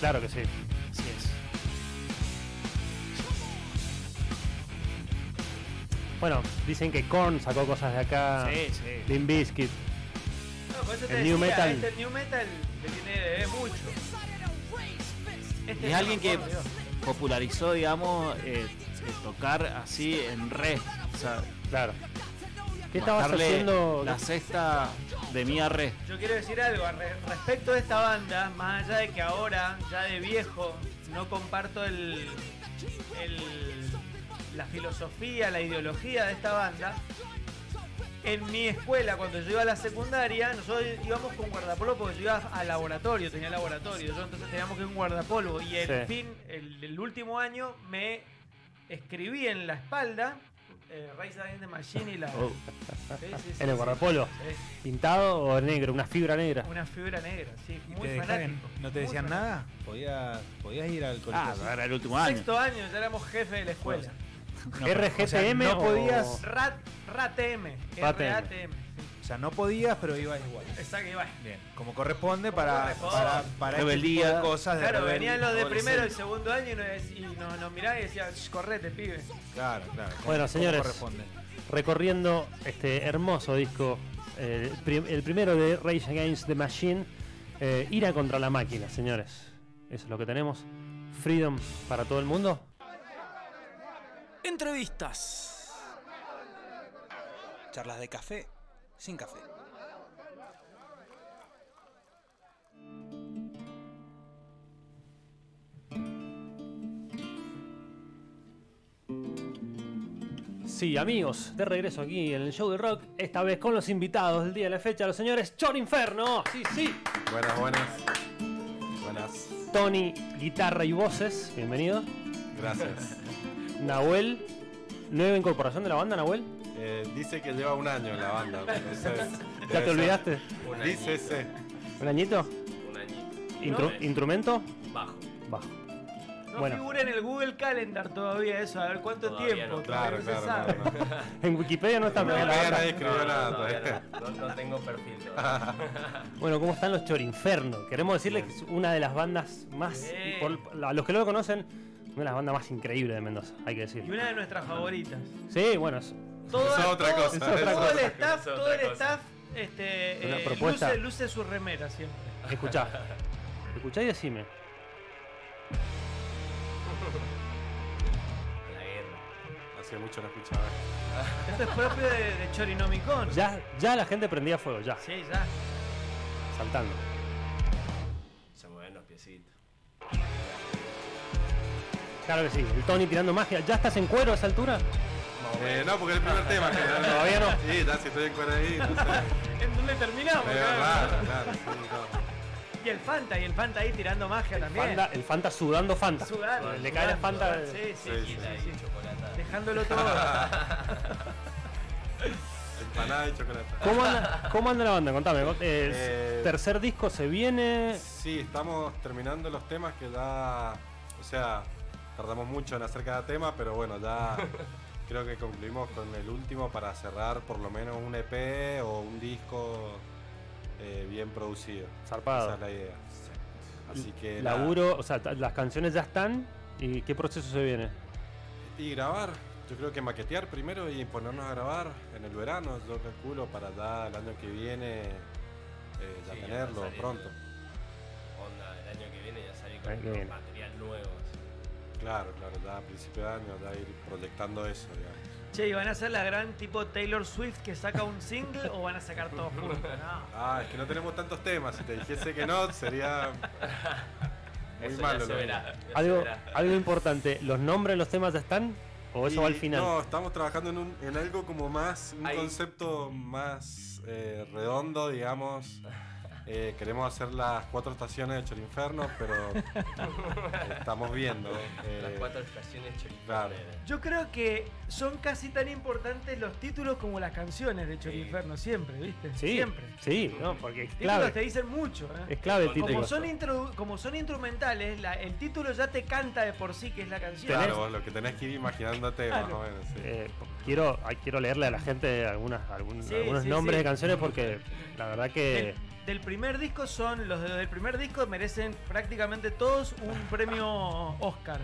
S2: Claro que sí.
S3: Así es.
S2: Bueno, dicen que Korn sacó cosas de acá.
S3: Sí, sí.
S2: Limp Bizkit.
S4: no, por eso te
S2: El
S4: decía,
S2: new metal.
S4: Este new metal te tiene de mucho. Este
S3: Es alguien que
S4: por Dios.
S3: popularizó, eh, digamos, eh, el tocar así en re. O sea,
S2: Claro. ¿Qué estabas
S3: Mostrarle
S2: haciendo?
S3: La cesta de mi arre.
S4: Yo quiero decir algo al re- respecto de esta banda, más allá de que ahora, ya de viejo, no comparto el, el- la filosofía, la ideología de esta banda. En mi escuela, cuando yo iba a la secundaria, nosotros íbamos con guardapolvo porque yo iba al laboratorio, tenía laboratorio, yo entonces teníamos que ir con guardapolvo. Y el
S2: Sí.
S4: fin, el, el último año, me escribí en la espalda eh, Rise Against the Machine y la.
S2: Oh,
S4: Sí, sí, sí,
S2: en el
S4: sí.
S2: guardapolo.
S4: Sí.
S2: ¿Pintado o negro? Una fibra negra.
S4: Una fibra negra, sí,
S5: ¿Y
S4: muy
S5: te dejaban-
S4: fanático.
S5: ¿No te
S4: muy
S5: decían
S4: fanático.
S5: nada? Podías, podías ir al colegio.
S3: Ah,
S5: así.
S3: era el último año.
S4: Sexto año ya éramos jefe de la escuela.
S5: No, pero, o sea,
S2: RGTM o-
S5: no podías,
S4: Rat, RATM.
S2: RATM.
S4: RATM.
S5: o sea, no podías, pero ibas igual.
S4: Exacto, y bueno.
S5: Bien, como corresponde para,
S4: corresponde.
S5: para, para este
S3: Rebeldía.
S5: tipo de cosas de
S4: Claro,
S5: rebelde,
S4: venían los de primero y
S5: adolescente.
S4: segundo año y nos, y nos- nos miraban y decían, "Shh, correte, pibe.
S5: Claro, claro. como-
S2: Bueno,
S5: como
S2: señores.
S5: corresponde.
S2: recorriendo este hermoso disco, eh, el, prim- el primero de Rage Against the Machine, eh, Ira contra la máquina, señores. Eso es lo que tenemos. Freedom para todo el mundo.
S6: Entrevistas.
S9: Charlas de café, sin café.
S2: Sí, amigos, de regreso aquí en el show de rock, esta vez con los invitados del día de la fecha, los señores Chor Inferno. Sí, sí.
S10: Buenas, buenas. Buenas.
S2: Tony, guitarra y voces, bienvenido.
S10: Gracias.
S2: Nahuel, nueva incorporación de la banda, Nahuel.
S10: Eh, dice que lleva un año la banda. entonces
S2: ¿Ya
S10: debe
S2: te
S10: ser-
S2: olvidaste?
S10: Dice ese.
S2: ¿Un añito?
S11: Un añito.
S2: Intru- ¿Instrumento?
S11: Bajo.
S2: Bajo.
S4: No
S2: Bueno.
S4: figura en el Google Calendar todavía eso, a ver cuánto
S11: Todavía
S4: tiempo.
S11: no.
S4: todavía
S10: Claro,
S4: no se
S10: claro,
S4: sabe.
S10: claro. no.
S2: En Wikipedia no está
S10: No,
S2: pero-
S10: todavía nadie escribió nada.
S11: todavía
S10: todavía.
S11: no, no, no tengo perfil todavía.
S2: Bueno, ¿cómo están los Chorinferno? Queremos decirles que es una de las bandas más.
S4: Sí.
S2: por- a los que no lo conocen, una de las bandas más increíbles de Mendoza, hay que
S4: Y
S2: decir.
S4: una de nuestras favoritas.
S2: Sí, bueno, es-
S4: Toda-
S10: Eso es otra
S4: todo-
S10: cosa,
S2: eso es otra
S4: Todo el
S2: cosa.
S4: staff,
S11: Eso es
S4: todo el
S11: otra cosa.
S4: staff este,
S2: Una
S4: eh,
S2: propuesta.
S4: luce, luce su remera siempre.
S2: escuchá. Escuchá y decime.
S11: La guerra.
S10: Hacía mucho no escuchaba.
S4: Esto es propio de, de Chorinomicon.
S2: Ya, ya la gente prendía fuego, ya,
S4: Sí, ya.
S2: saltando.
S11: Se mueven los piecitos.
S2: Claro que sí, el Tony tirando magia. ¿Ya estás en cuero a esa altura? Ah,
S10: Eh, no, porque el primer tema. en general,
S2: Todavía no.
S10: Sí, está, si estoy en cuerda ahí. No sé.
S4: ¿En dónde terminamos?
S10: Medio
S4: Claro.
S10: raro, claro. sí, no.
S4: Y el Fanta, y el Fanta ahí tirando magia también.
S2: Fanta- el Fanta sudando Fanta.
S4: Sudando,
S2: Le cae la
S4: sudando,
S2: Fanta.
S4: Sí, sí, sí,
S10: Sí,
S4: sí,
S11: Ahí,
S4: sí.
S11: chocolate.
S4: Dejándolo todo.
S10: Empanada y chocolate.
S2: ¿Cómo anda, cómo anda la banda? Contame. Eh,
S10: Eh,
S2: tercer disco se viene.
S10: Sí, estamos terminando los temas que ya. O sea, tardamos mucho en hacer cada tema, pero bueno, ya creo que concluimos con el último para cerrar por lo menos un EP o un disco eh, bien producido. Esa
S2: Zarpado.
S10: es la idea. Así que. nada.
S2: Laburo, o sea, ta- las canciones ya están. ¿Y qué proceso se viene?
S10: Y grabar. Yo creo que maquetear primero y ponernos a grabar en el verano, yo calculo, para ya el año que viene eh, ya
S11: Sí, ya
S10: tenerlo
S11: saliendo.
S10: pronto.
S11: Onda, el año que viene ya salí
S2: Ahí
S11: con
S2: viene.
S11: material nuevo.
S10: Claro, claro, ya a principio de año, ya ir proyectando eso, digamos.
S4: Che, ¿y van a ser la gran tipo Taylor Swift que saca un single o van a sacar todos juntos? No.
S10: Ah, es que no tenemos tantos temas. Si te dijese que no, sería muy
S11: Eso ya
S10: malo.
S11: se
S10: lo
S11: verá. ya se
S2: Algo,
S11: verá.
S2: algo importante, ¿los nombres de los temas ya están? ¿O
S10: mismo.
S2: eso va al
S10: Y
S2: final?
S10: No, estamos trabajando en, un- en algo como más, un
S11: Ahí.
S10: concepto más eh, redondo, digamos. Eh, queremos hacer las cuatro estaciones de Chorinferno, pero estamos viendo. eh,
S11: Las cuatro estaciones choripaneras.
S10: claro.
S4: Yo creo que son casi tan importantes los títulos como las canciones de Chori
S11: Sí.
S4: Inferno, siempre, ¿viste?
S2: sí,
S4: Siempre.
S2: sí, no, porque es
S4: Títulos te
S2: clave.
S4: dicen mucho, ¿eh?
S2: Es clave el
S11: Como
S2: título.
S4: Como son, introdu- como son instrumentales, la- el título ya te canta de por sí que es la canción.
S10: Claro, vos lo que tenés que ir imaginándote más o menos. sí.
S2: Eh, quiero, ay, quiero leerle a la gente algunas, algún-
S4: Sí,
S2: algunos
S4: sí,
S2: nombres
S4: sí.
S2: de canciones porque la verdad
S10: Eh.
S2: que
S4: Del, del primer disco son, los de- del primer disco merecen prácticamente todos un
S10: Ah.
S4: premio Oscar.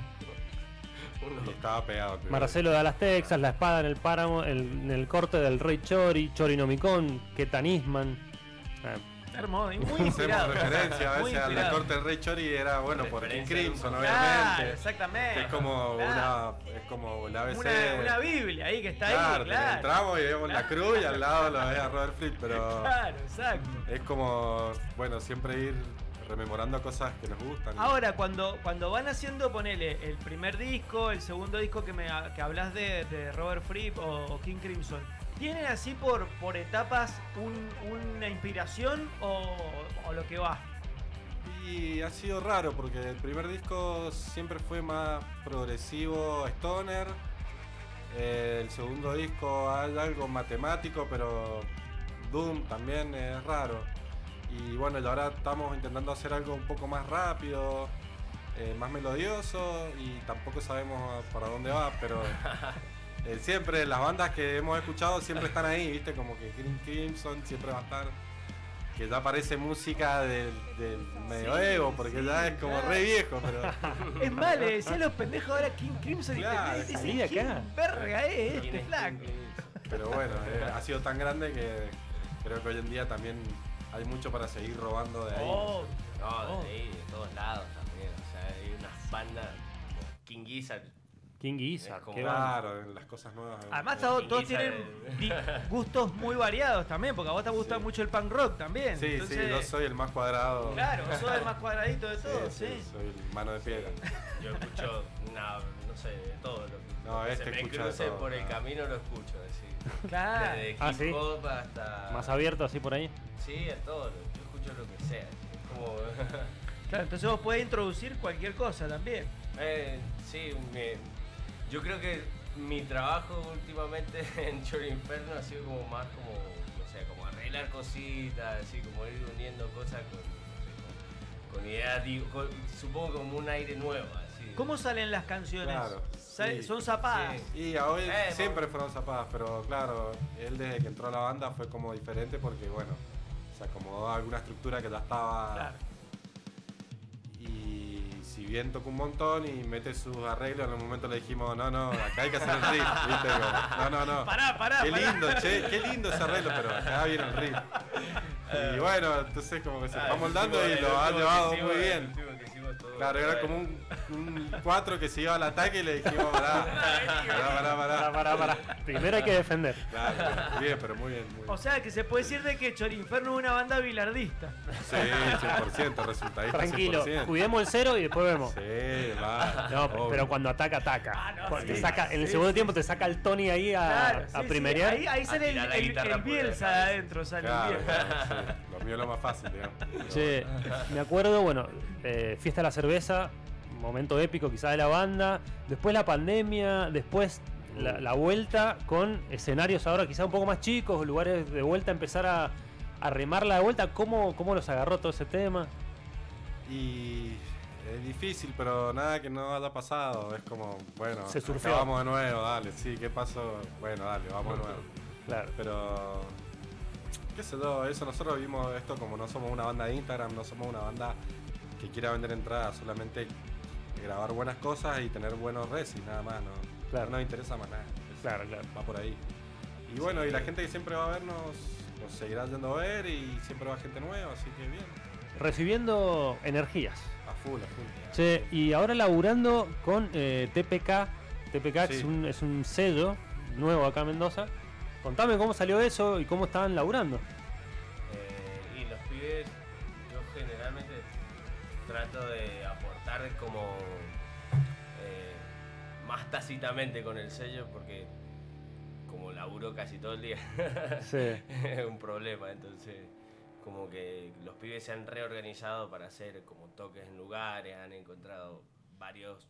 S10: Y estaba pegado. el primero.
S2: Marcelo da las Texas, La Espada en el Páramo, el- en el corte del Rey Chori, Chorinomicón, Ketanisman. Eh,
S4: Hermoso, y muy
S10: Hacemos
S4: inspirado.
S10: referencia a
S4: Muy
S10: veces a la
S4: inspirado.
S10: corte del Rey Chori era, bueno, por King
S4: Referencia de
S10: Crimson,
S4: un-
S10: obviamente.
S4: Claro, exactamente.
S10: Es como
S4: Claro.
S10: una. Es como la ABC.
S4: Una, una Biblia ahí que está
S10: claro,
S4: ahí, claro.
S10: entramos y vemos la cruz y al lado lo ves a Robert Fripp, pero.
S4: Claro, exacto.
S10: Es como, bueno, siempre ir rememorando cosas que nos gustan.
S4: Ahora, cuando, cuando van haciendo, ponele, el primer disco, el segundo disco que, me, que hablas de, de Robert Fripp o, o King Crimson, ¿tienen así por, por etapas un- una inspiración o, o lo que va?
S10: Y ha sido raro porque el primer disco siempre fue más progresivo, stoner. Eh, el segundo disco hay algo matemático, pero Doom también es raro. Y bueno, y ahora estamos intentando hacer algo un poco más rápido, eh, más melodioso y tampoco sabemos para dónde va, pero eh, siempre las bandas que hemos escuchado siempre están ahí, ¿viste? Como que Green Crimson siempre va a estar que ya parece música del, del medioevo, porque ya es como re viejo, pero.
S4: Es mal, le decía a los pendejos ahora King Crimson
S10: Claro,
S4: y te
S10: salí de
S4: dicen,
S10: acá.
S4: "¿Quién verga es
S10: ¿Quién
S4: este
S10: es
S4: flaco?
S10: Pero bueno, eh, ha sido tan grande que creo que hoy en día también hay mucho para seguir robando de ahí.
S4: Oh,
S11: No, de ahí, de todos lados también. O sea, hay unas bandas como King Gizzard.
S2: King Gizzard,
S11: Es como-
S2: qué
S10: Claro, en las cosas nuevas. eh.
S4: Además todos, todos
S11: King
S4: tienen
S11: Gizzard.
S4: di- gustos muy variados también, porque a vos te gusta mucho el punk rock también.
S10: Sí,
S4: entonces,
S10: sí, yo soy el más cuadrado.
S4: Claro, sos el más cuadradito de todos, sí.
S10: Soy el mano de piedra.
S11: Yo escucho, no, no sé, de todo. Lo,
S10: No,
S11: lo que
S10: este
S11: se me
S10: escucha de
S11: cruce
S10: todo,
S11: por el
S10: claro.
S11: camino lo escucho, decir.
S4: Claro.
S11: Desde hip
S2: Ah, ¿sí?
S11: hop hasta.
S2: Más abierto así por ahí.
S11: Sí, a todo. lo- Yo escucho lo que sea. Es como.
S4: Claro, entonces vos podés introducir cualquier cosa también.
S11: Eh, sí, me- yo creo que mi trabajo últimamente en Chori Inferno ha sido como más como, no sé, como arreglar cositas, así como ir uniendo cosas con, no sé, con- con ideas, digo, con- supongo como un aire nuevo, así.
S4: ¿Cómo salen las canciones?
S10: Claro,
S4: Sale-
S10: sí.
S4: Son zapadas.
S10: Y a hoy
S11: Eh, vos-
S10: siempre fueron zapadas, pero claro, él desde que entró a la banda fue como diferente porque, bueno, se acomodó a alguna estructura que ya estaba.
S4: Claro.
S10: Y si bien tocó un montón y mete sus arreglos, en un momento le dijimos, no, no, acá hay que hacer el riff, ¿viste? Como, no, no, no.
S4: Pará, pará,
S10: Qué
S4: pará.
S10: lindo, che, qué lindo ese arreglo, pero acá viene el riff. Y bueno, entonces como que se
S11: Ah,
S10: va
S11: el
S10: moldando
S11: último-
S10: y
S11: el
S10: lo ha
S11: último que
S10: llevado
S11: hicimos-
S10: muy
S11: el
S10: bien.
S11: último que hicimos todo-
S10: Claro, era como un, 4 que se iba al ataque y le dijimos, pará, pará, pará, pará.
S2: Pará, pará, pará. Primero hay que defender.
S10: Claro, bien, pero muy bien, muy bien.
S4: O sea que se puede decir de que Chorinferno es una banda bilardista.
S11: Ah,
S10: Sí, 100%, resultadista
S2: Tranquilo,
S10: 100%.
S2: cuidemos el cero y después vemos.
S10: Sí, va.
S2: No,
S10: obvio.
S2: pero cuando ataca, ataca.
S4: Ah, no,
S2: Porque
S4: sí.
S2: saca, en el
S4: Sí,
S2: segundo
S4: sí,
S2: tiempo te saca el Tony ahí a,
S4: Claro,
S2: a
S4: sí, sí,
S2: primerear.
S4: Ahí, ahí
S11: A
S4: sale el,
S11: tirar la
S4: el-
S11: guitarra
S4: el
S11: por la
S4: Bielsa de
S11: cabeza.
S4: adentro, sale
S10: Claro,
S4: el Bielsa.
S10: claro, sí. Lo mío es lo más fácil, digamos. Pero
S2: Che, me acuerdo, bueno, eh, Fiesta de la Cerveza, momento épico quizá de la banda, después la pandemia, después la, la vuelta con escenarios ahora quizá un poco más chicos, lugares de vuelta, empezar a, a remarla de vuelta, ¿Cómo, ¿cómo los agarró todo ese tema?
S10: Y es difícil, pero nada que no haya pasado. Es como, bueno,
S2: Se
S10: acá
S2: surfeó.
S10: vamos de nuevo, dale, sí, ¿qué pasó? Bueno, dale, vamos de nuevo.
S2: Claro.
S10: Pero, qué sé yo, eso nosotros vimos esto como no somos una banda de Instagram, no somos una banda que quiera vender entradas, solamente grabar buenas cosas y tener buenos resis, nada más, no,
S2: Claro.
S10: no nos interesa más nada. Es-
S2: Claro, claro.
S10: Va por ahí. Y bueno, y la gente que siempre va a vernos, nos seguirá yendo a ver y siempre va gente nueva, así que bien,
S2: Recibiendo energías.
S10: a full, a full.
S2: Che, y ahora laburando con eh, TPK. TPK es,
S10: Sí.
S2: un, es un sello nuevo acá en Mendoza. Contame cómo salió eso y cómo estaban laburando.
S11: Eh, y los pibes, yo generalmente trato de aportar como eh, más tácitamente con el sello porque como laburo casi todo el día
S2: Sí.
S11: es un problema, entonces como que los pibes se han reorganizado para hacer como toques en lugares, han encontrado varios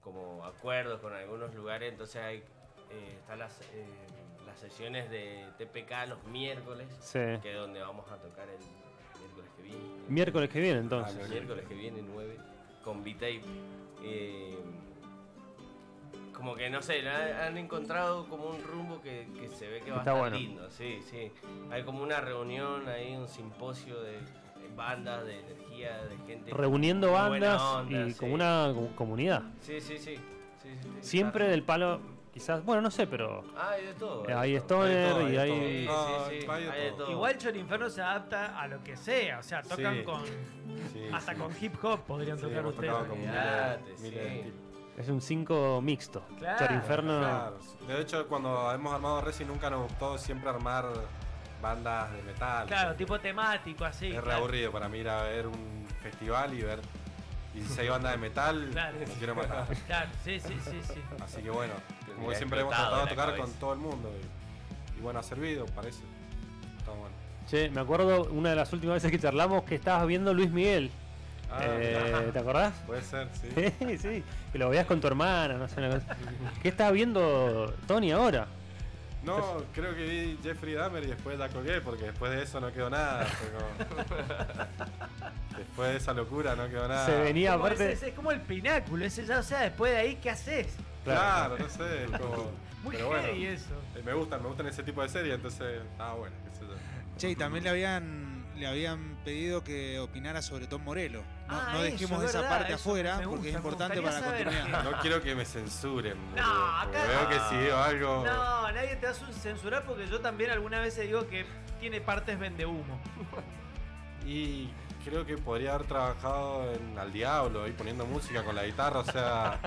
S11: como acuerdos con algunos lugares, entonces hay eh, están las, eh, las sesiones de TPK los miércoles
S2: Sí.
S11: que es donde vamos a tocar el miércoles que viene.
S2: Miércoles que viene, entonces.
S11: El miércoles que viene, 9, con V-Tape. Eh, como que no sé, la- han encontrado como un rumbo que, que se ve que va
S2: Está
S11: a estar
S2: bueno.
S11: lindo, sí, sí. Hay como una reunión, hay un simposio de de bandas, de energía, de gente.
S2: Reuniendo
S11: con buena
S2: bandas
S11: onda,
S2: y
S11: sí.
S2: como una co- comunidad.
S11: Sí, sí, sí. sí, sí, sí,
S2: Siempre
S11: está-
S2: del palo, quizás. Bueno, no sé, pero.
S11: Ah, hay de todo.
S2: Eh, Hay Stoner y hay.
S4: Igual Chor Inferno se adapta a lo que sea, o sea, tocan
S10: Sí.
S4: con.
S10: Sí,
S4: hasta
S10: sí.
S4: con hip hop podrían
S10: Sí,
S4: tocar
S10: hemos
S4: ustedes.
S10: tocado con miles de-
S11: Olvídate,
S10: miles de
S11: sí.
S10: tipos.
S2: Es un 5 mixto.
S4: Claro,
S2: Chor Inferno.
S10: Claro. De hecho, cuando hemos armado Resi nunca nos gustó siempre armar bandas de metal.
S4: Claro, tipo temático, así.
S10: es re
S4: claro.
S10: aburrido para mí ir a ver un festival y ver 16 bandas de metal.
S4: Claro.
S10: Me quiero matar.
S4: Claro, sí, sí, sí, sí.
S10: Así que bueno, como que
S11: Termina
S10: siempre hemos tratado de
S11: explotado la
S10: tocar con
S11: cabeza.
S10: todo el mundo. Y, y bueno, ha servido, parece. Está bueno.
S2: Che, me acuerdo una de las últimas veces que charlamos que estabas viendo Luis Miguel.
S10: Ah,
S2: Eh,
S10: mirá.
S2: ¿Te acordás?
S10: Puede ser, sí.
S2: Sí, sí, que lo veías con tu hermana, no sé, una cosa. ¿Qué estaba viendo Tony ahora?
S10: No, creo que vi Jeffrey Dahmer y después la colgué porque después de eso no quedó nada. fue como- después de esa locura no quedó nada.
S2: Se venía
S4: Como
S2: aparte.
S4: ese- ese es como el pináculo, ese ya, o sea, después de ahí, ¿qué haces?
S10: Claro, no sé, es como.
S4: Muy
S10: pero bueno,
S4: heavy eso.
S10: eh, me gustan, me gustan ese tipo de series, entonces estaba bueno, qué sé yo.
S12: Che, y también le habían, le habían pedido que opinara sobre Tom Morello. No,
S4: Ah,
S12: no dejemos
S4: eso, es
S12: esa
S4: verdad,
S12: parte
S4: eso
S12: afuera
S4: me
S12: porque es
S4: gusta, me
S12: importante para la
S4: gustaría saber
S12: continuidad.
S10: No quiero que me censuren, boludo,
S4: No,
S10: porque
S4: acá-
S10: veo que si digo algo.
S4: No, nadie te hace un censurar porque yo también alguna vez digo que tiene partes vendehumo.
S10: Y creo que podría haber trabajado en Al Diablo, ahí poniendo música con la guitarra, o sea.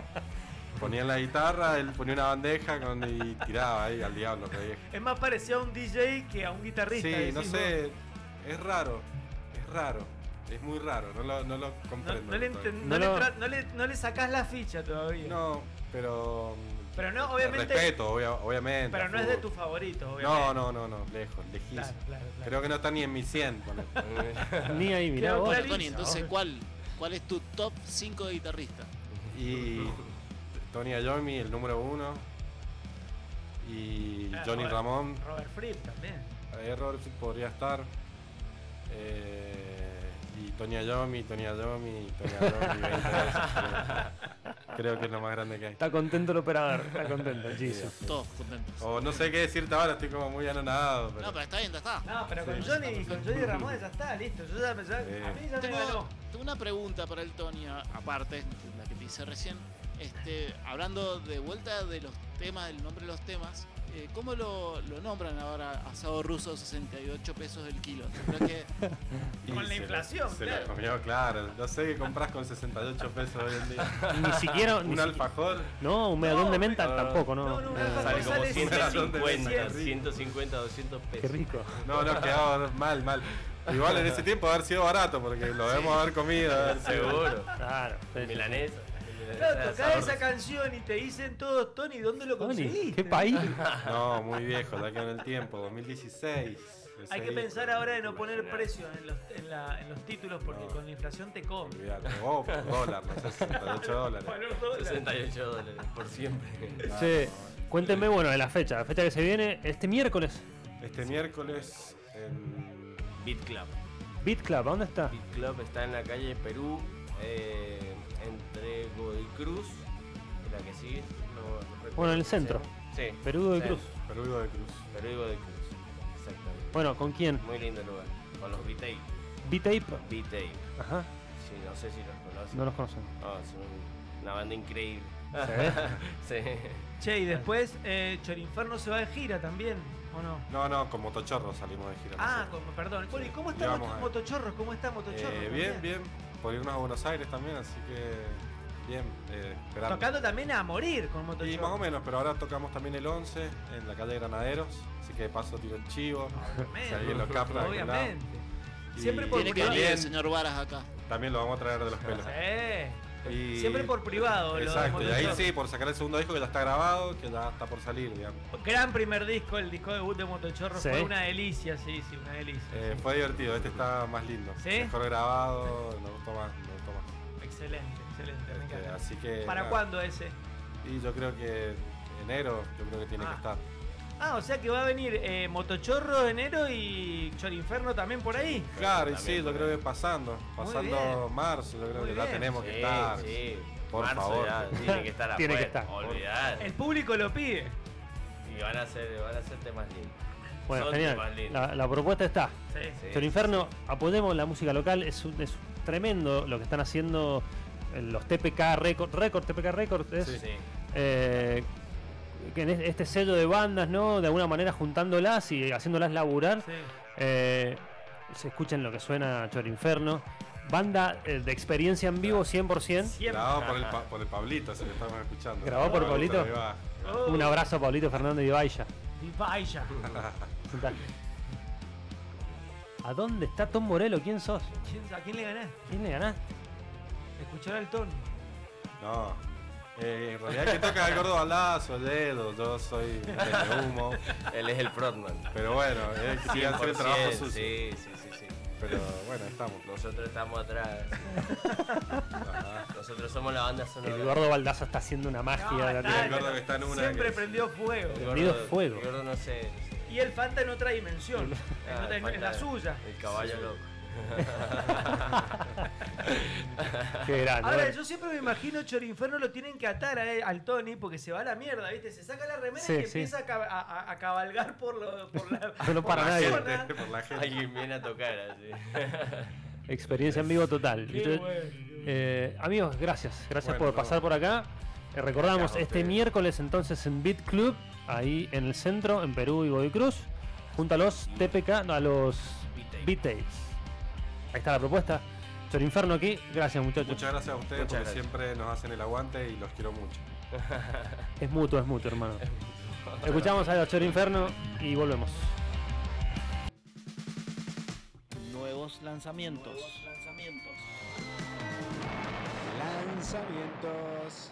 S10: Ponía la guitarra, él ponía una bandeja con, y tiraba ahí al diablo, re viejo.
S4: Es más parecido a un DJ que a un guitarrista.
S10: Sí,
S4: decís
S10: no
S4: vos.
S10: sé, es raro, es raro, es muy raro, no lo, no lo
S4: No,
S10: comprendo.
S4: no le,
S10: todavía.
S4: enten- no le tra- no le- no le sacás la ficha todavía.
S10: No, pero. eh,
S4: Pero no, obviamente-
S10: Respeto, obvia- obviamente.
S4: Pero
S10: al
S4: no es de
S10: fútbol.
S4: tus favoritos, obviamente.
S10: No, no, no, no, lejos, lejísimo.
S4: Claro, claro, claro.
S10: Creo que no está ni en mi 100. ponele.
S2: Ni ahí, mirá vos.
S3: Bueno, Tony, entonces, ¿cuál, ¿cuál es tu top 5 de guitarrista?
S10: Y Tony Ayomi, el número uno. Y
S4: Ah,
S10: Johnny
S4: Robert-
S10: Ramón.
S4: Robert Fripp también.
S10: Ahí Robert Fripp podría estar. Eh, y Tony Ayomi, Tony Ayomi, Tony Ayomi. 20 veces, creo. Creo que es lo más grande que hay.
S2: Está contento el operador, está contento, Jesus.
S3: Todos contentos.
S10: O no sé qué decirte ahora, estoy como muy anonadado. Pero...
S3: No, Oh, pero está bien, ya está.
S4: No, pero con
S10: Sí.
S4: Johnny, con Johnny Ramón ya está, listo. Yo ya, ya- a mí ya me
S3: Tengo,
S4: ganó.
S3: tengo una pregunta para el Tony, a- aparte, la que te hice recién. Este, hablando de vuelta de los temas, del nombre de los temas, eh, ¿cómo lo, lo nombran ahora asado ruso 68 pesos el kilo? Creo que
S10: Y
S4: Con la
S10: se lo-
S4: inflación,
S10: Se
S4: claro.
S10: lo comió, claro. No sé qué compras con 68 pesos hoy en día.
S2: Ni siquiera- ni
S10: Un
S2: si-
S10: alfajor.
S2: No, un medallón de menta
S10: no,
S2: tampoco, no.
S4: no,
S2: Eh,
S4: no,
S11: Sale como
S4: Sale
S11: 150,
S4: 150,
S11: 150, 200
S2: Qué
S11: pesos.
S2: rico.
S10: No, no, quedaba mal, mal. Igual en ese tiempo haber sido barato, porque lo debemos haber comido. haber sido-
S11: Seguro.
S2: Claro.
S11: Milanesa.
S4: Claro,
S11: milanesa,
S4: tocás
S11: sabor.
S4: esa canción y te dicen todos, Tony, ¿dónde lo
S2: Tony,
S4: conseguiste?
S2: Ah, ¿qué país?
S10: No, muy viejo, ya quedó en el tiempo, 2016. ese
S4: Hay que
S10: disco.
S4: pensar ahora de no poner
S11: Imagínate.
S4: precio en los, en la- en los títulos porque
S10: No.
S4: con la inflación te come.
S10: Olvídate, oh, por dólar, no sé, 68 dólares.
S4: Valor dólar.
S11: 68 dólares por siempre.
S2: Che, cuéntenme, bueno, de la fecha. La fecha que se viene, este miércoles.
S10: Este miércoles en
S11: Beat Club.
S2: Beat Club, ¿a ¿dónde está?
S11: Beat Club está en la calle Perú, eh, entre Godoy Cruz, y la que sigue. no- no recuerdo
S2: Bueno, en el
S11: cómo se
S2: centro.
S11: llama. Sí.
S2: Perú Godoy
S11: Sí,
S2: Cruz.
S10: Perú y Godoy Cruz.
S11: Perú y Godoy Cruz. Exactamente.
S2: Bueno, ¿con quién?
S11: Muy lindo lugar. Con los B-Tape.
S2: B-Tape.
S11: B-Tape.
S2: Ajá,
S11: Sí, no sé si los conocen.
S2: no los conocen.
S11: No, son una banda increíble. sí.
S4: Che, y después eh, Chorinferno se va de gira también, ¿o no?
S10: No, no, con motochorro salimos de gira.
S4: Ah,
S10: nosotros.
S4: como, perdón. Bueno, ¿y cómo están
S10: Digamos,
S4: los
S10: eh.
S4: motochorros? ¿Cómo está motochorros?
S10: Eh, bien, bien. Por irnos a Buenos Aires también, así que bien, eh, esperando.
S4: Tocando también a morir con
S10: Y más o
S4: motochorros.
S10: menos, pero ahora tocamos también el 11 en la calle Granaderos, así que de paso tiro el chivo. Si alguien lo capta, de algún lado.
S4: obviamente. Siempre
S10: Y
S4: por
S3: tiene que venir el
S10: también,
S3: señor Varas acá.
S10: también lo vamos a traer de los pelos.
S4: Sí.
S10: Y-
S4: Siempre por privado. lo
S10: Exacto, y
S4: de
S10: ahí
S4: Motochorros.
S10: sí, por sacar el segundo disco que ya está grabado, que ya está por salir, digamos.
S4: Gran primer disco, el disco debut de Motochorros.
S2: Sí.
S4: Fue una delicia, sí, sí, una delicia.
S10: Eh, fue divertido, este está más lindo.
S4: ¿Sí?
S10: Mejor grabado, me gustó más, me gustó más.
S4: Excelente, excelente. me
S10: Este,
S4: encanta.
S10: así
S11: Eh,
S10: que.
S4: ¿Para
S10: nada.
S4: cuándo ese?
S10: Y yo creo que enero, yo creo que tiene
S4: Ah.
S10: que estar.
S4: Ah, o sea que va a venir eh, Motochorro de enero y Chorinferno también por ahí.
S10: Claro, y
S11: También,
S10: sí, yo
S11: también.
S10: creo que pasando, pasando
S4: bien.
S10: marzo, yo creo
S4: Muy
S10: que
S4: bien.
S10: ya tenemos que
S11: Sí,
S10: estar.
S11: sí.
S10: Por
S11: Marzo
S10: favor.
S11: ya tiene que estar
S2: Tiene que
S11: afuera.
S2: estar.
S11: Olvidar.
S4: El público lo pide.
S11: Y van a ser, van a ser temas lindos.
S2: Bueno,
S11: Son temas
S2: genial.
S11: lindos.
S2: La, la propuesta está.
S4: Sí.
S11: Sí,
S2: Choro Inferno, apoyemos la música local. Es, un- es tremendo lo que están haciendo eh, los TPK Record. Record, TPK Record es.
S11: sí.
S2: eh, que en es- este sello de bandas, ¿no? De alguna manera juntándolas y haciéndolas laburar. Eh, se escuchen lo que suena Chorinferno. Banda eh, de experiencia en vivo 100%.
S10: Grabado por el, pa- por el Pablito, ese que estamos escuchando.
S2: Grabado por Pablito.
S10: Vivá.
S2: Un abrazo a Pablito Fernández de Bailla.
S4: Oh, Y vaya.
S2: ¿A dónde está Tom Morello? ¿Quién sos?
S4: ¿Quién- ¿A quién le ganás?
S2: ¿Quién le ganás?
S4: Escuchar al tono.
S10: No. Eh, en realidad que toca el gordo balazo, el dedo, yo soy el humo.
S11: Él es el frontman.
S10: Pero bueno, él quería hacer el trabajo
S11: 100%,
S10: sucio.
S11: Sí, sí, sí, sí.
S10: Pero bueno, estamos.
S11: Nosotros estamos atrás. Nosotros somos la banda sonora.
S2: El gordo Baldazo está haciendo una magia.
S11: No,
S2: delante
S11: está-
S2: de-
S11: el gordo que está en una
S4: Siempre
S11: que-
S4: prendió fuego.
S11: El
S2: Prendido fuego.
S11: El gordo no sé.
S4: Y el Fanta en otra dimensión. en
S11: Ah,
S4: otra dimensión, es la
S11: falta
S4: suya.
S11: El caballo loco.
S2: Qué grande.
S4: Ahora,
S2: bueno.
S4: yo siempre me imagino Chorinferno lo tienen que atar a él- al Tony porque se va a la mierda, ¿viste? Se saca la remera
S2: Sí,
S4: y
S2: sí.
S4: empieza a, cab- a- a- a cabalgar por, lo- por la.
S2: No para
S4: por la
S2: nadie.
S4: zona.
S10: por la gente.
S11: Alguien viene a tocar así.
S2: Experiencia en vivo total.
S11: Qué
S2: Entonces,
S11: bueno,
S2: eh, amigos, gracias. Gracias
S11: Bueno,
S2: por pasar por acá. Eh, recordamos,
S11: Gracias a
S2: este
S11: ustedes.
S2: miércoles entonces en Beat Club, ahí en el centro, en Perú y Godoy Cruz, junto a los TPK, no, a los Beat Tapes. Ahí está la propuesta. Chor Inferno aquí. Gracias, muchachos.
S10: Muchas gracias a ustedes
S2: Muchas
S10: porque
S2: gracias.
S10: siempre nos hacen el aguante y los quiero mucho.
S2: Es mutuo, es mutuo, hermano. Escuchamos a Chor Inferno y volvemos.
S3: Nuevos lanzamientos. lanzamientos.
S12: Lanzamientos.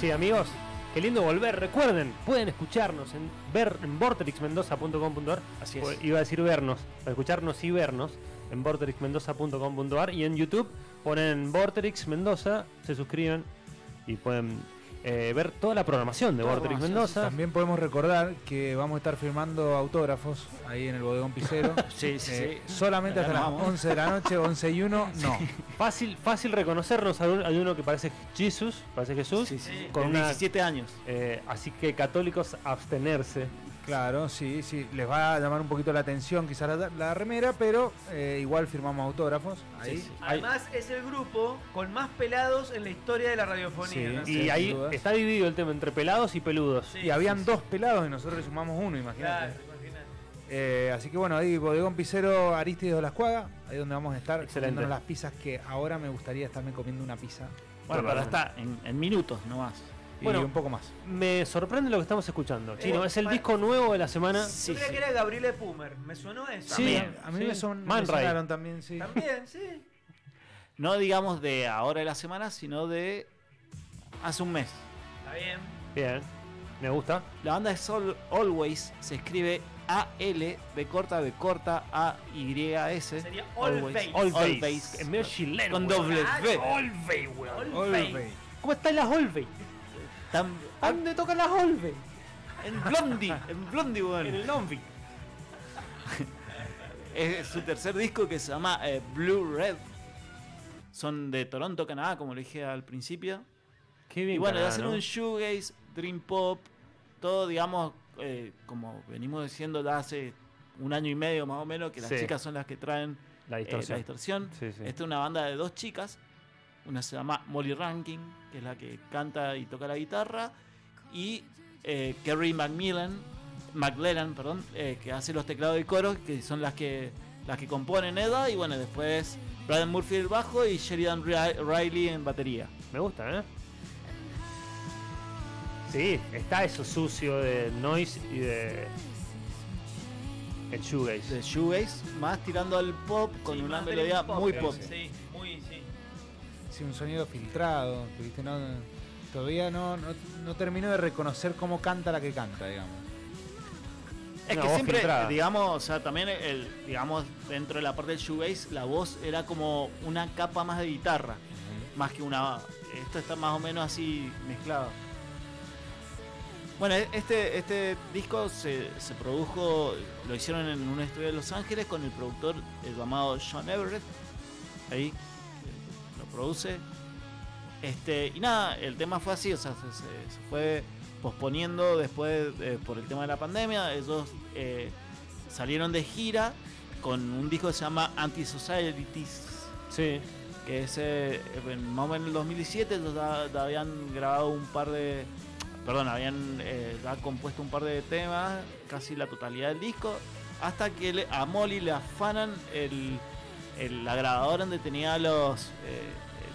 S2: Sí, amigos, qué lindo volver. Recuerden, pueden escucharnos en, ver, en vortexmendoza.com.ar.
S3: Así es.
S2: O- Iba a decir vernos, o escucharnos y vernos en vortexmendoza.com.ar y en YouTube ponen Vortex Mendoza, se suscriben y pueden eh, ver toda la programación de Vortex Mendoza.
S5: También podemos recordar que vamos a estar firmando autógrafos ahí en el bodegón Picero. Eh,
S2: Sí, sí, sí.
S5: Solamente hasta
S2: Allá
S5: las
S2: nos vamos.
S5: 11 de la noche, 11 y 1, no.
S2: Fácil, fácil reconocernos. Hay un- hay uno que parece Jesus, parece Jesús, con
S5: De
S2: una-
S5: 17
S3: años.
S2: eh, así que católicos abstenerse.
S5: Claro, sí, sí. Les va a llamar un poquito la atención quizás la, la remera, pero eh, igual firmamos autógrafos. Ahí.
S4: Además, es el grupo con más pelados en la historia de la radiofonía. ¿no?
S2: y ahí
S5: dudas.
S2: está dividido el tema entre pelados y peludos.
S5: y habían dos pelados y nosotros le sumamos uno, imagínate.
S4: Claro, imagínate.
S5: Eh, así que bueno, ahí Bodegón Picero Aristides de las Cuagas, ahí donde vamos a estar
S2: Excelente.
S5: comiéndonos las pizzas que ahora me gustaría estarme comiendo una pizza.
S3: Bueno, pero está en, en minutos nomás.
S5: Y un poco más.
S2: Me sorprende lo que estamos escuchando. Chino,
S4: Eh,
S2: es el
S4: para-
S2: disco nuevo de la semana.
S4: Yo creía que era Gabriela Pumer. Me sonó eso.
S2: Sí,
S5: a mí me son- me
S2: Man Ray.
S5: sonaron también, sí.
S4: También, sí.
S3: No digamos de ahora de la semana, sino de hace un mes.
S4: Está bien.
S2: Bien, me gusta.
S3: La banda es Sol- Always, se escribe A-L, B corta, B corta, A-Y-S.
S4: Sería
S2: Always. Always. Es medio chileno.
S3: Con
S2: weón.
S3: doble
S2: Ah,
S3: B.
S2: Always, weón. ¿Cómo están las Olvey? ¿A ¿Dónde tocan las Olvey?
S3: En Blondie, en Blondie, weón.
S2: En el Blondie.
S3: Es su tercer disco que se llama eh, Blue Red. Son de Toronto, Canadá, como le dije al principio.
S2: Qué bien.
S3: Y bueno, de
S2: Canadá,
S3: hacer
S2: ¿no?
S3: un shoegaze, dream pop, todo, digamos, eh, como venimos diciendo ya hace un año y medio más o menos, que las
S2: Sí.
S3: chicas son las que traen
S2: La
S3: eh,
S2: distorsión.
S3: distorsión.
S2: Sí, sí.
S3: Esta es una banda de dos chicas. Una se llama Molly Rankin, que es la que canta y toca la guitarra. Y eh, Kerry Macmillan, McLellan, perdón, eh, que hace los teclados y coros, que son las que, las que componen Eda. Y bueno, después Brian Murphy el bajo y Sheridan Ri- Riley en batería.
S2: Me gusta, ¿eh? Sí, está eso sucio de noise y de. El shoegaze.
S3: De shoegaze, más tirando al pop con
S4: Sí,
S3: una
S4: más del
S3: melodía muy
S4: sí,
S3: pop.
S4: Sí, muy, sí.
S5: Sí, un sonido filtrado, que, viste, no, todavía no, no, no termino de reconocer cómo canta la que canta, digamos.
S3: Es
S5: Una
S3: que
S5: voz
S3: siempre,
S5: filtrada.
S3: digamos, o sea, también el, digamos, dentro de la parte del shoegaze, la voz era como una capa más de guitarra, más que una. Esto está más o menos así mezclado. Bueno, e- este, este disco se, se produjo, lo hicieron en un estudio de Los Ángeles con el productor eh, llamado John Everett. Ahí eh, lo produce. Este, y nada, el tema fue así, o sea, se, se- se fue posponiendo después eh, por el tema de la pandemia. Ellos eh, salieron de gira con un disco que se llama Anti-Societies.
S2: Sí.
S3: Que es eh, en- más o menos en el 2017 ellos ya- ya habían grabado un par de. Perdón, habían eh, ya compuesto un par de temas, casi la totalidad del disco, hasta que le- a Molly le afanan el, el- la grabadora donde tenía los, eh,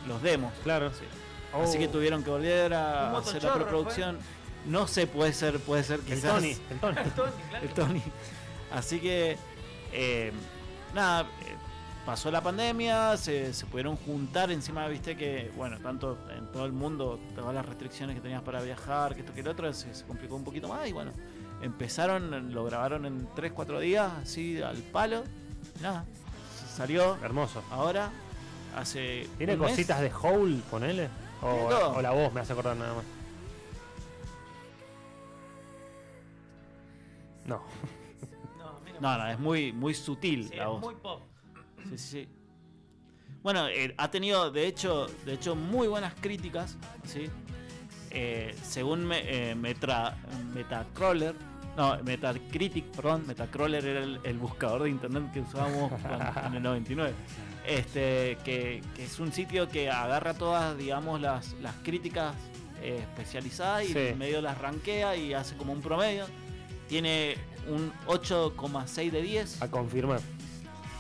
S3: los demos.
S2: Claro.
S3: Así
S2: Oh.
S3: que tuvieron que volver
S2: Un
S3: a hacer la
S2: motochorro,
S3: preproducción. No sé, puede ser, puede ser
S2: El
S3: quizás.
S2: Tony, el Tony.
S3: El Tony. Así que, eh, nada, eh, pasó la pandemia, se, se pudieron juntar encima, viste que, bueno, tanto en todo el mundo, todas las restricciones que tenías para viajar, que esto que el otro, se, se complicó un poquito más y bueno, empezaron, lo grabaron en 3, 4 días, así al palo, nada, s- salió.
S2: Hermoso.
S3: Ahora, hace.
S2: ¿Tiene
S3: un mes.
S2: cositas de Howl, ponele? O,
S3: Tiene todo.
S2: o la voz me hace acordar nada más. No.
S3: No, no, es muy, muy sutil
S4: Sí,
S3: la voz.
S4: es muy pop.
S3: Sí, sí, sí. Bueno, eh, ha tenido, de hecho, de hecho, muy buenas críticas, ¿sí? Eh, según me- eh, Metra- Metacrawler, no, Metacritic, perdón, Metacrawler era el, el buscador de internet que usábamos cuando- en el 99. Este, que, que es un sitio que agarra todas, digamos, las, las críticas eh, especializadas y
S2: Sí.
S3: en medio las rankea y hace como un promedio. Tiene un 8,6 de 10.
S2: A confirmar.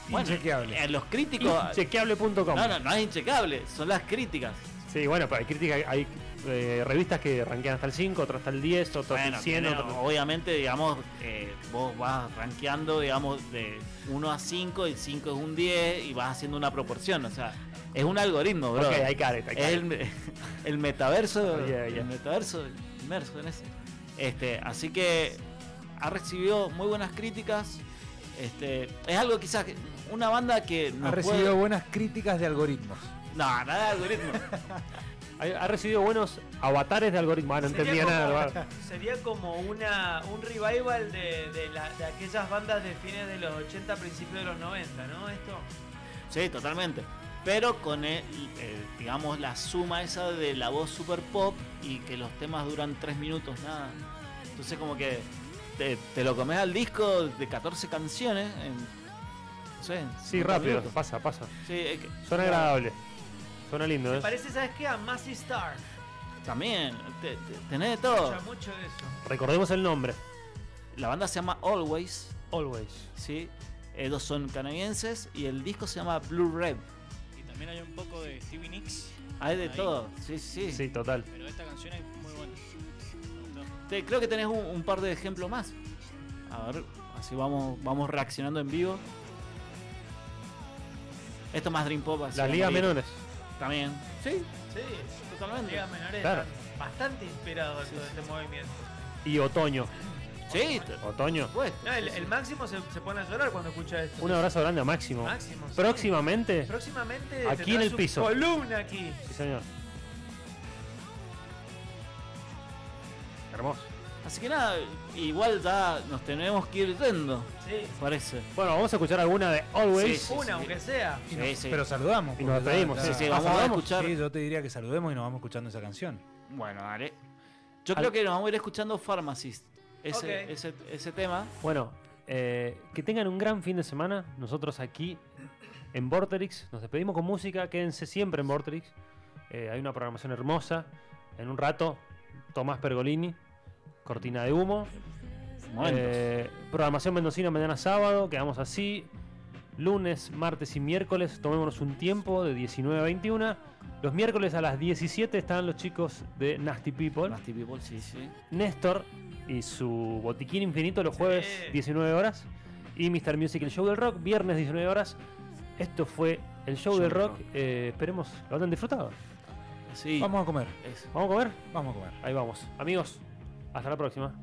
S3: Bueno, eh, los críticos.
S2: Inchequeable.com.
S3: No, no, no es inchecable, son las críticas.
S2: Sí, bueno, pero hay críticas, hay eh, revistas que rankean hasta el 5, otras hasta el 10, otras hasta
S3: Bueno,
S2: el 100,
S3: primero,
S2: otras...
S3: obviamente, digamos, eh, vos vas rankeando, digamos, de 1 a 5, el 5 es un 10 y vas haciendo una proporción, o sea, es un algoritmo, bro.
S2: Ok, hay careta, hay
S3: Es el, me- el metaverso,
S2: Oh, yeah, yeah.
S3: el metaverso inmerso en ese. Este, así que ha recibido muy buenas críticas. Este, es algo quizás que- una banda que
S5: Ha
S3: nos puede-
S5: recibido buenas críticas de algoritmos.
S3: No, nada de algoritmo.
S2: Ha, ha recibido buenos avatares de algoritmo. Ah, no entendía
S4: como,
S2: nada. va.
S4: Sería como una, un revival de, de la- de aquellas bandas de fines de los 80, principios de los 90, ¿no? Esto.
S3: Sí, totalmente. Pero con, el, eh, digamos, la suma esa de la voz super pop y que los temas duran 3 minutos, nada. Entonces como que te, te lo comes al disco de 14 canciones en... no sé, en
S2: Sí,
S3: cinco
S2: rápido,
S3: minutos.
S2: pasa, pasa.
S3: Sí, es que-
S2: Suena agradable. Suena lindo,
S4: Me
S2: ¿eh?
S4: parece, ¿sabes qué? A Massy Star.
S3: También, te- te- tenés de todo.
S4: Escucha mucho de eso.
S2: Recordemos el nombre.
S3: La banda se llama Always,
S2: Always.
S3: ¿sí? Ellos son canadienses y el disco se llama Blue Red.
S13: Y también hay un poco de Stevie Nicks.
S3: Hay de
S13: ahí,
S3: todo, sí, sí.
S2: Sí, total.
S13: Pero esta canción es muy buena. Me gustó.
S3: Te- creo que tenés un, un par de ejemplos más. A ver, así vamos, vamos reaccionando en vivo. Esto más Dream Pop. así
S2: Las
S3: a
S2: ligas
S3: morir.
S2: menores.
S3: También. Sí.
S4: Sí, totalmente. Liga Menores
S2: Claro.
S4: están bastante inspirado de todo este movimiento.
S2: Y otoño.
S3: Sí.
S2: Otoño.
S4: No, el, el máximo se, se pone a llorar cuando escucha esto.
S2: Un abrazo grande a Máximo.
S4: Máximo, sí.
S2: Próximamente.
S4: Próximamente
S2: Aquí
S4: tendrá
S2: en el
S4: su
S2: piso.
S4: columna aquí.
S2: Sí, señor. Hermoso.
S3: Así que nada, igual ya nos tenemos que ir yendo,
S4: Sí.
S3: parece.
S2: Bueno, vamos a escuchar alguna de Always.
S3: Sí, sí,
S4: Una, aunque sea.
S5: Y
S3: Sí,
S5: nos-
S3: sí.
S5: Pero saludamos.
S2: Y nos
S5: porque
S2: despedimos,
S5: la-
S2: sí,
S5: la-
S2: sí,
S5: la-
S2: vamos a
S5: saludamos.
S3: escuchar-
S5: Sí, yo te diría que saludemos y nos vamos escuchando esa canción.
S3: Bueno, dale. Yo
S2: Al-
S3: creo que nos vamos a ir escuchando Pharmacist. Ese,
S4: Ok.
S3: ese, ese tema.
S2: Bueno, eh, que tengan un gran fin de semana. Nosotros aquí en Vorterix nos despedimos con música. Quédense siempre en Vorterix. Eh, hay una programación hermosa. En un rato, Tomás Pergolini, Cortina de Humo.
S3: Momentos.
S2: Eh, programación mendocina mañana sábado. Quedamos así. Lunes, martes y miércoles tomémonos un tiempo de 19 a 21. Los miércoles a las 17 están los chicos de Nasty People.
S3: Nasty People, sí, sí.
S2: Néstor y su botiquín infinito los jueves 19 horas y Mr. Music el show del rock viernes 19 horas. Esto fue el show del rock. Eh, esperemos lo hayan disfrutado.
S3: Sí.
S5: Vamos a comer.
S3: Eso.
S2: Vamos a comer.
S5: Vamos a comer.
S2: Ahí vamos. Amigos, hasta la próxima.